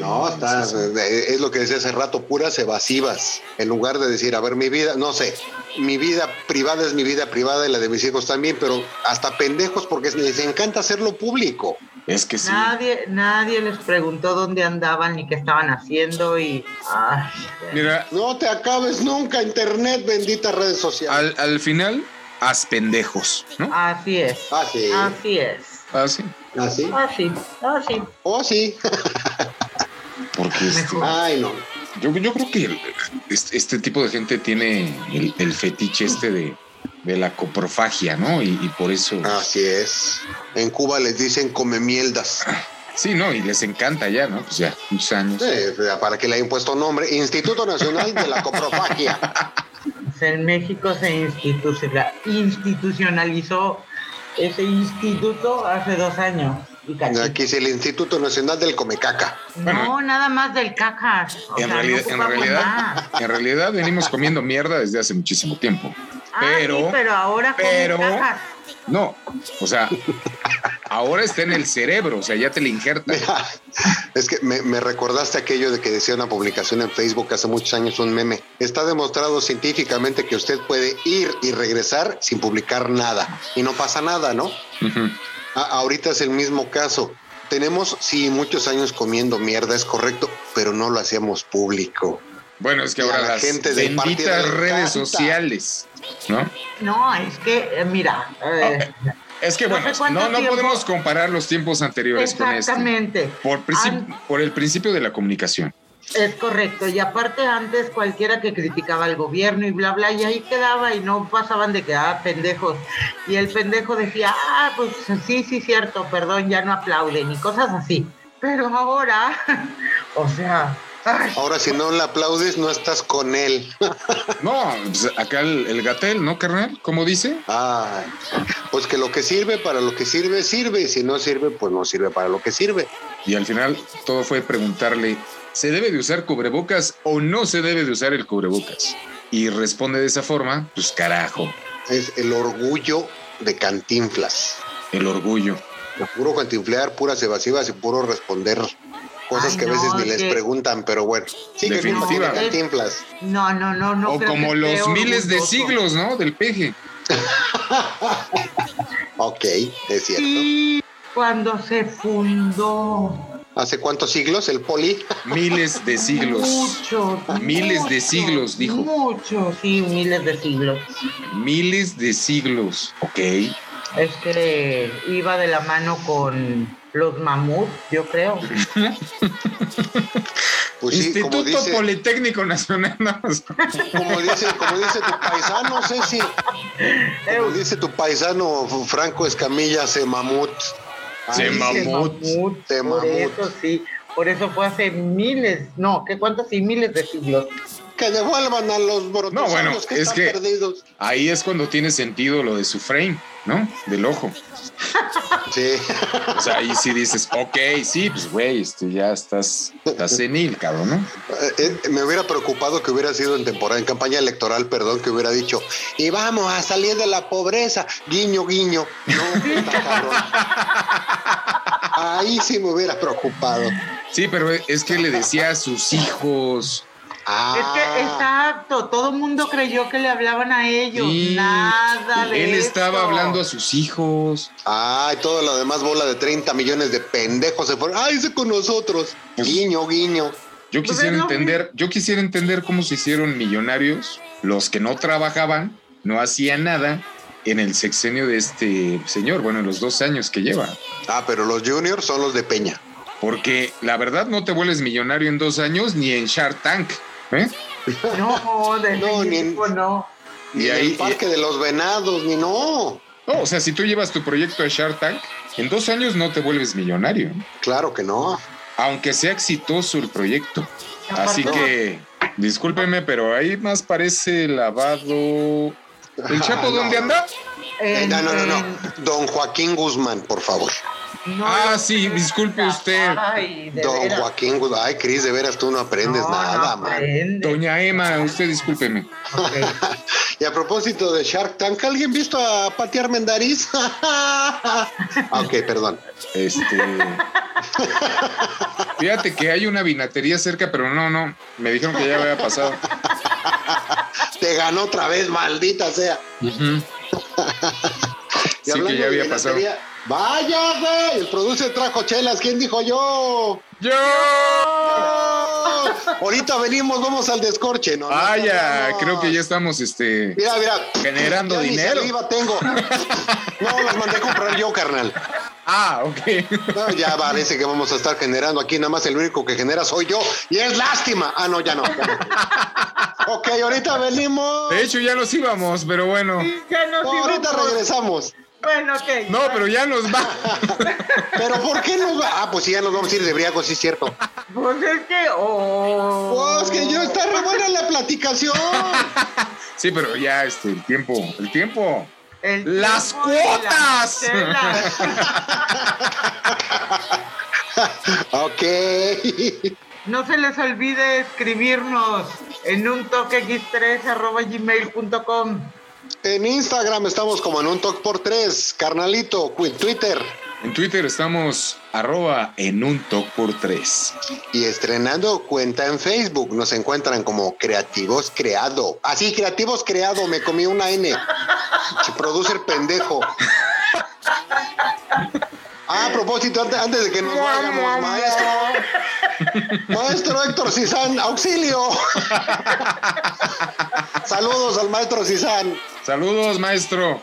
[SPEAKER 5] No, está, eh, es lo que decía hace rato, puras evasivas. En lugar de decir, a ver, mi vida, no sé, mi vida privada es mi vida privada y la de mis hijos también, pero hasta pendejos porque les encanta hacerlo público.
[SPEAKER 3] Es que sí.
[SPEAKER 4] Nadie, nadie les preguntó dónde andaban ni qué estaban haciendo y. ay,
[SPEAKER 3] Mira,
[SPEAKER 5] No te acabes nunca, internet, benditas redes sociales.
[SPEAKER 3] al, al final, haz pendejos, ¿no? Ah,
[SPEAKER 4] así es.
[SPEAKER 5] Ah, sí.
[SPEAKER 4] Así es.
[SPEAKER 3] Así.
[SPEAKER 5] Así.
[SPEAKER 4] Así, así.
[SPEAKER 5] Oh, sí.
[SPEAKER 3] Porque este,
[SPEAKER 5] Ay, no.
[SPEAKER 3] yo, yo creo que el- este, este tipo de gente tiene el, el fetiche este de, de la coprofagia, ¿no? Y, y por eso...
[SPEAKER 5] Así es. En Cuba les dicen come mieldas.
[SPEAKER 3] Sí, no, y les encanta ya, ¿no? Pues ya, muchos años.
[SPEAKER 5] Eh, para que le hayan puesto nombre. Instituto Nacional de la Coprofagia.
[SPEAKER 4] Pues En México se institucional- institucionalizó ese instituto hace dos años. Y cachito.
[SPEAKER 5] Aquí es el Instituto Nacional del Comecaca.
[SPEAKER 4] No, nada más del cacas. O
[SPEAKER 3] En
[SPEAKER 4] sea,
[SPEAKER 3] realidad-
[SPEAKER 4] no
[SPEAKER 3] en
[SPEAKER 4] ocupamos
[SPEAKER 3] realidad-
[SPEAKER 4] nada.
[SPEAKER 3] En realidad venimos comiendo mierda desde hace muchísimo tiempo.
[SPEAKER 4] Ah,
[SPEAKER 3] Pero-
[SPEAKER 4] sí, pero ahora come
[SPEAKER 3] pero-
[SPEAKER 4] cacas.
[SPEAKER 3] No, o sea, ahora está en el cerebro, o sea, ya te le injerta.
[SPEAKER 5] Mira, es que me, me recordaste aquello de que decía una publicación en Facebook hace muchos años, un meme. Está demostrado científicamente que usted puede ir y regresar sin publicar nada. Y no pasa nada, ¿no?
[SPEAKER 3] Ujú.
[SPEAKER 5] A- ahorita es el mismo caso. Tenemos, sí, muchos años comiendo mierda, es correcto, pero no lo hacíamos público.
[SPEAKER 3] Bueno, es que
[SPEAKER 5] Y a
[SPEAKER 3] ahora
[SPEAKER 5] la
[SPEAKER 3] las
[SPEAKER 5] gente del partido
[SPEAKER 3] benditas
[SPEAKER 5] le
[SPEAKER 3] redes
[SPEAKER 5] encanta.
[SPEAKER 3] sociales, ¿no?
[SPEAKER 4] No, es que, eh, mira, eh,
[SPEAKER 3] Es que
[SPEAKER 4] No
[SPEAKER 3] bueno,
[SPEAKER 4] sé cuánto
[SPEAKER 3] no, no
[SPEAKER 4] tiempo-
[SPEAKER 3] podemos comparar los tiempos anteriores con este.
[SPEAKER 4] exactamente.
[SPEAKER 3] Por, princip-
[SPEAKER 4] An-
[SPEAKER 3] por el principio de la comunicación.
[SPEAKER 4] Es correcto, y aparte antes cualquiera que criticaba al gobierno y bla bla, y ahí quedaba y no pasaban de que, ah, pendejos. Y el pendejo decía, ah, pues sí, sí, cierto, perdón, ya no aplauden y cosas así. Pero ahora, o sea, ay,
[SPEAKER 5] Ahora, si no le aplaudes, no estás con él.
[SPEAKER 3] No, pues, acá el, gatel, ¿no, carnal? ¿Cómo dice?
[SPEAKER 5] Ay, pues que lo que sirve para lo que sirve, sirve. Y si no sirve, pues no sirve para lo que sirve.
[SPEAKER 3] Y al final todo fue preguntarle, ¿se debe de usar cubrebocas o no se debe de usar el cubrebocas? Y responde de esa forma, pues carajo,
[SPEAKER 5] Es el orgullo de cantinflas.
[SPEAKER 3] el orgullo.
[SPEAKER 5] Puro cantinflear, puras evasivas y puro responder cosas
[SPEAKER 4] Ay,
[SPEAKER 5] que a
[SPEAKER 4] no,
[SPEAKER 5] veces ni
[SPEAKER 4] es
[SPEAKER 5] les
[SPEAKER 4] que-
[SPEAKER 5] preguntan, pero bueno. Sí, que como
[SPEAKER 3] Definitiva.
[SPEAKER 5] cantinflas.
[SPEAKER 4] no, no, no, no.
[SPEAKER 3] o
[SPEAKER 4] creo
[SPEAKER 3] como
[SPEAKER 4] que
[SPEAKER 3] los
[SPEAKER 4] esté
[SPEAKER 3] miles de
[SPEAKER 4] orgulloso.
[SPEAKER 3] siglos, ¿no? Del peje.
[SPEAKER 5] Ok, es cierto.
[SPEAKER 4] Sí, cuando se fundó.
[SPEAKER 5] ¿Hace cuántos siglos? El poli.
[SPEAKER 3] Miles de siglos.
[SPEAKER 4] Muchos.
[SPEAKER 3] Miles de
[SPEAKER 4] muchos,
[SPEAKER 3] siglos, dijo.
[SPEAKER 4] Muchos, sí, miles de siglos.
[SPEAKER 3] Miles de siglos. Ok.
[SPEAKER 4] Es que iba de la mano con los mamuts, yo creo.
[SPEAKER 5] Pues sí, como
[SPEAKER 3] Instituto
[SPEAKER 5] dice,
[SPEAKER 3] Politécnico Nacional. no, o sea,
[SPEAKER 5] como dice, como dice tu paisano, Ceci. Como dice tu paisano Franco Escamilla, se mamut.
[SPEAKER 3] Se
[SPEAKER 5] Ahí
[SPEAKER 3] mamut.
[SPEAKER 5] dice,
[SPEAKER 4] Mamut,
[SPEAKER 5] De
[SPEAKER 4] por
[SPEAKER 5] mamut.
[SPEAKER 4] eso sí. Por eso fue hace miles, no, que cuántos y miles de siglos.
[SPEAKER 5] Que devuelvan a los brotes
[SPEAKER 3] No, bueno,
[SPEAKER 5] que
[SPEAKER 3] es
[SPEAKER 5] están
[SPEAKER 3] que-
[SPEAKER 5] perdidos.
[SPEAKER 3] Ahí es cuando tiene sentido lo de su frame, ¿no? Del ojo.
[SPEAKER 5] Sí.
[SPEAKER 3] O sea, ahí sí dices, ok, sí, pues güey, este, ya estás, estás senil, cabrón, ¿no?
[SPEAKER 5] Eh, eh, me hubiera preocupado que hubiera sido en temporada, en campaña electoral, perdón, que hubiera dicho, y vamos a salir de la pobreza, guiño, guiño. No, está cabrón. Ahí sí me hubiera preocupado.
[SPEAKER 3] Sí, pero es que le decía a sus hijos.
[SPEAKER 5] Ah,
[SPEAKER 4] Es que, exacto, todo el mundo creyó que le hablaban a ellos.
[SPEAKER 3] sí,
[SPEAKER 4] Nada de
[SPEAKER 3] Él estaba
[SPEAKER 4] eso.
[SPEAKER 3] hablando a sus hijos.
[SPEAKER 5] ay, todo lo demás, bola de 30 millones de pendejos se fueron. Ay, hice con nosotros. Guiño, guiño.
[SPEAKER 3] Yo
[SPEAKER 4] Pues
[SPEAKER 3] quisiera
[SPEAKER 4] es lo
[SPEAKER 3] entender, yo quisiera entender cómo se hicieron millonarios los que no trabajaban, no hacían nada en el sexenio de este señor, bueno, en los dos años que lleva.
[SPEAKER 5] Ah, pero los juniors son los de Peña.
[SPEAKER 3] Porque la verdad no te vuelves millonario en dos años ni en Shark Tank. ¿eh?
[SPEAKER 4] No, de
[SPEAKER 5] No, ni en-
[SPEAKER 4] México no.
[SPEAKER 3] Y
[SPEAKER 5] Ni en
[SPEAKER 3] ahí-
[SPEAKER 5] el Parque de los Venados, ni no.
[SPEAKER 3] No, o sea, si tú llevas tu proyecto a Shark Tank, en dos años no te vuelves millonario,
[SPEAKER 5] Claro que no.
[SPEAKER 3] aunque sea exitoso el proyecto. Así
[SPEAKER 4] Aparte-
[SPEAKER 3] que, discúlpeme, pero ahí más parece lavado. ¿El Chapo
[SPEAKER 5] Ah, no,
[SPEAKER 3] dónde
[SPEAKER 5] no.
[SPEAKER 3] anda?
[SPEAKER 5] Eh,
[SPEAKER 4] en-
[SPEAKER 5] no, no, no,
[SPEAKER 4] en-
[SPEAKER 5] no. Don Joaquín Guzmán, por favor.
[SPEAKER 4] No,
[SPEAKER 3] Ah,
[SPEAKER 4] no,
[SPEAKER 3] sí,
[SPEAKER 4] no,
[SPEAKER 3] disculpe
[SPEAKER 4] no.
[SPEAKER 3] usted.
[SPEAKER 4] Ay, de
[SPEAKER 5] Don
[SPEAKER 4] veras.
[SPEAKER 5] Joaquín Guzmán. Ay, Cris, de veras tú no aprendes
[SPEAKER 4] No,
[SPEAKER 5] nada,
[SPEAKER 4] no
[SPEAKER 5] man.
[SPEAKER 4] aprende.
[SPEAKER 3] Doña Emma, usted discúlpeme.
[SPEAKER 4] Ok.
[SPEAKER 5] Y a propósito de Shark Tank, ¿alguien visto a Pati Armendariz? Ah, ok, perdón.
[SPEAKER 3] Este. Fíjate que hay una vinatería cerca, pero no, no. Me dijeron que ya había pasado.
[SPEAKER 5] Te ganó otra vez, maldita sea.
[SPEAKER 3] Ujú.
[SPEAKER 5] Y
[SPEAKER 3] Sí, que
[SPEAKER 5] hablando
[SPEAKER 3] ya
[SPEAKER 5] de
[SPEAKER 3] había pasado.
[SPEAKER 5] vinatería, Vaya, güey. El producer trajo chelas. ¿Quién dijo yo?
[SPEAKER 3] ¡Yo!
[SPEAKER 5] ¡Oh! Ahorita venimos, vamos al descorche, ¿no?
[SPEAKER 3] Vaya,
[SPEAKER 5] Nos
[SPEAKER 3] creo que ya
[SPEAKER 5] vamos.
[SPEAKER 3] estamos, este.
[SPEAKER 5] Mira, mira.
[SPEAKER 3] Generando
[SPEAKER 5] Ya ni
[SPEAKER 3] dinero.
[SPEAKER 5] saliva tengo. No, las mandé a comprar yo, carnal.
[SPEAKER 3] Ah, ok.
[SPEAKER 5] No, ya parece que vamos a estar generando aquí, nada más el único que genera soy yo. Y es lástima. Ah, no, ya no. ya no. ok, ahorita venimos.
[SPEAKER 3] De hecho, ya nos íbamos, pero bueno.
[SPEAKER 4] Ya nos
[SPEAKER 5] No,
[SPEAKER 4] íbamos.
[SPEAKER 5] ahorita regresamos.
[SPEAKER 4] Bueno, ok.
[SPEAKER 3] No, pero ya nos va.
[SPEAKER 5] Pero ¿por qué nos va? Ah, pues sí, ya nos vamos a ir de briago, sí es cierto.
[SPEAKER 4] Pues es que. Oh.
[SPEAKER 5] Pues que yo está re buena la platicación.
[SPEAKER 3] Sí, pero ya, este, el tiempo, el tiempo.
[SPEAKER 4] El
[SPEAKER 3] ¡Las
[SPEAKER 4] tiempo de las
[SPEAKER 3] cuotas!
[SPEAKER 4] chelas.
[SPEAKER 5] ok.
[SPEAKER 4] No se les olvide escribirnos en un toque x3 arroba gmail.com.
[SPEAKER 5] En Instagram estamos como en un talk por tres, carnalito, cu- Twitter.
[SPEAKER 3] En Twitter estamos arroba en un toc por tres.
[SPEAKER 5] Y estrenando cuenta en Facebook, nos encuentran como Creativos Creado. Así, Creativos Creado, me comí una N. Se produce el pendejo. Ah, a propósito, ante- antes de que nos vayamos, maestro. Maestro Héctor Cizán, auxilio. Saludos al maestro Cizán.
[SPEAKER 3] Saludos, maestro.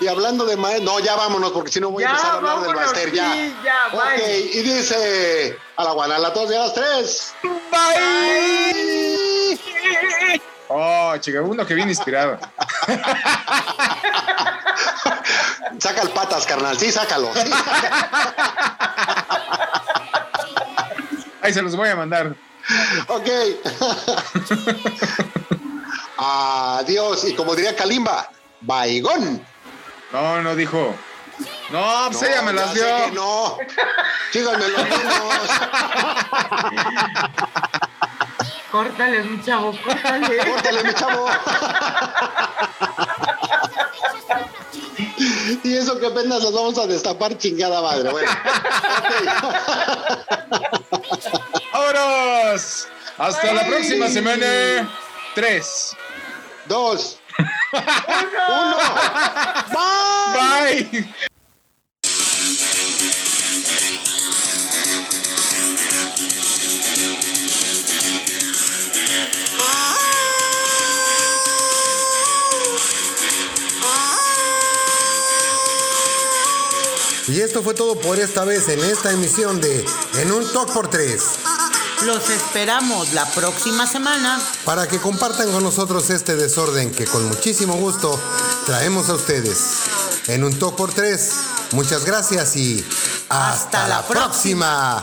[SPEAKER 5] Y hablando de maestro, no, ya vámonos, porque si no voy a
[SPEAKER 4] Ya,
[SPEAKER 5] empezar a hablar del
[SPEAKER 4] vámonos,
[SPEAKER 5] master ya.
[SPEAKER 4] sí, ya,
[SPEAKER 5] ok,
[SPEAKER 4] bye.
[SPEAKER 5] y dice a la guana, a las dos y a las tres. Bye.
[SPEAKER 3] Oh, chica, uno que viene inspirado.
[SPEAKER 5] Saca el patas, carnal. Sí, sácalo. sí, sácalo.
[SPEAKER 3] Ahí se los voy a mandar.
[SPEAKER 5] ok. Adiós. Y como diría Kalimba, baigón.
[SPEAKER 3] No, no dijo. No, pues ella me
[SPEAKER 5] ya
[SPEAKER 3] las
[SPEAKER 5] sé que
[SPEAKER 3] dio.
[SPEAKER 5] No. Síganme los niños.
[SPEAKER 4] Córtale, mi chavo, córtale.
[SPEAKER 5] Córtale, mi chavo. y eso que apenas las vamos a destapar, chingada madre. Bueno.
[SPEAKER 3] ¡Vámonos! Hasta la
[SPEAKER 5] Bye.
[SPEAKER 3] próxima semana. Tres.
[SPEAKER 5] Dos. Uno. Bye.
[SPEAKER 3] Bye.
[SPEAKER 1] Y esto fue todo por esta vez en esta emisión de En un Talk por Tres.
[SPEAKER 2] Los esperamos la próxima semana.
[SPEAKER 1] Para que compartan con nosotros este desorden que con muchísimo gusto traemos a ustedes. En un Talk por Tres, muchas gracias y hasta, la,
[SPEAKER 2] Hasta la
[SPEAKER 1] próxima.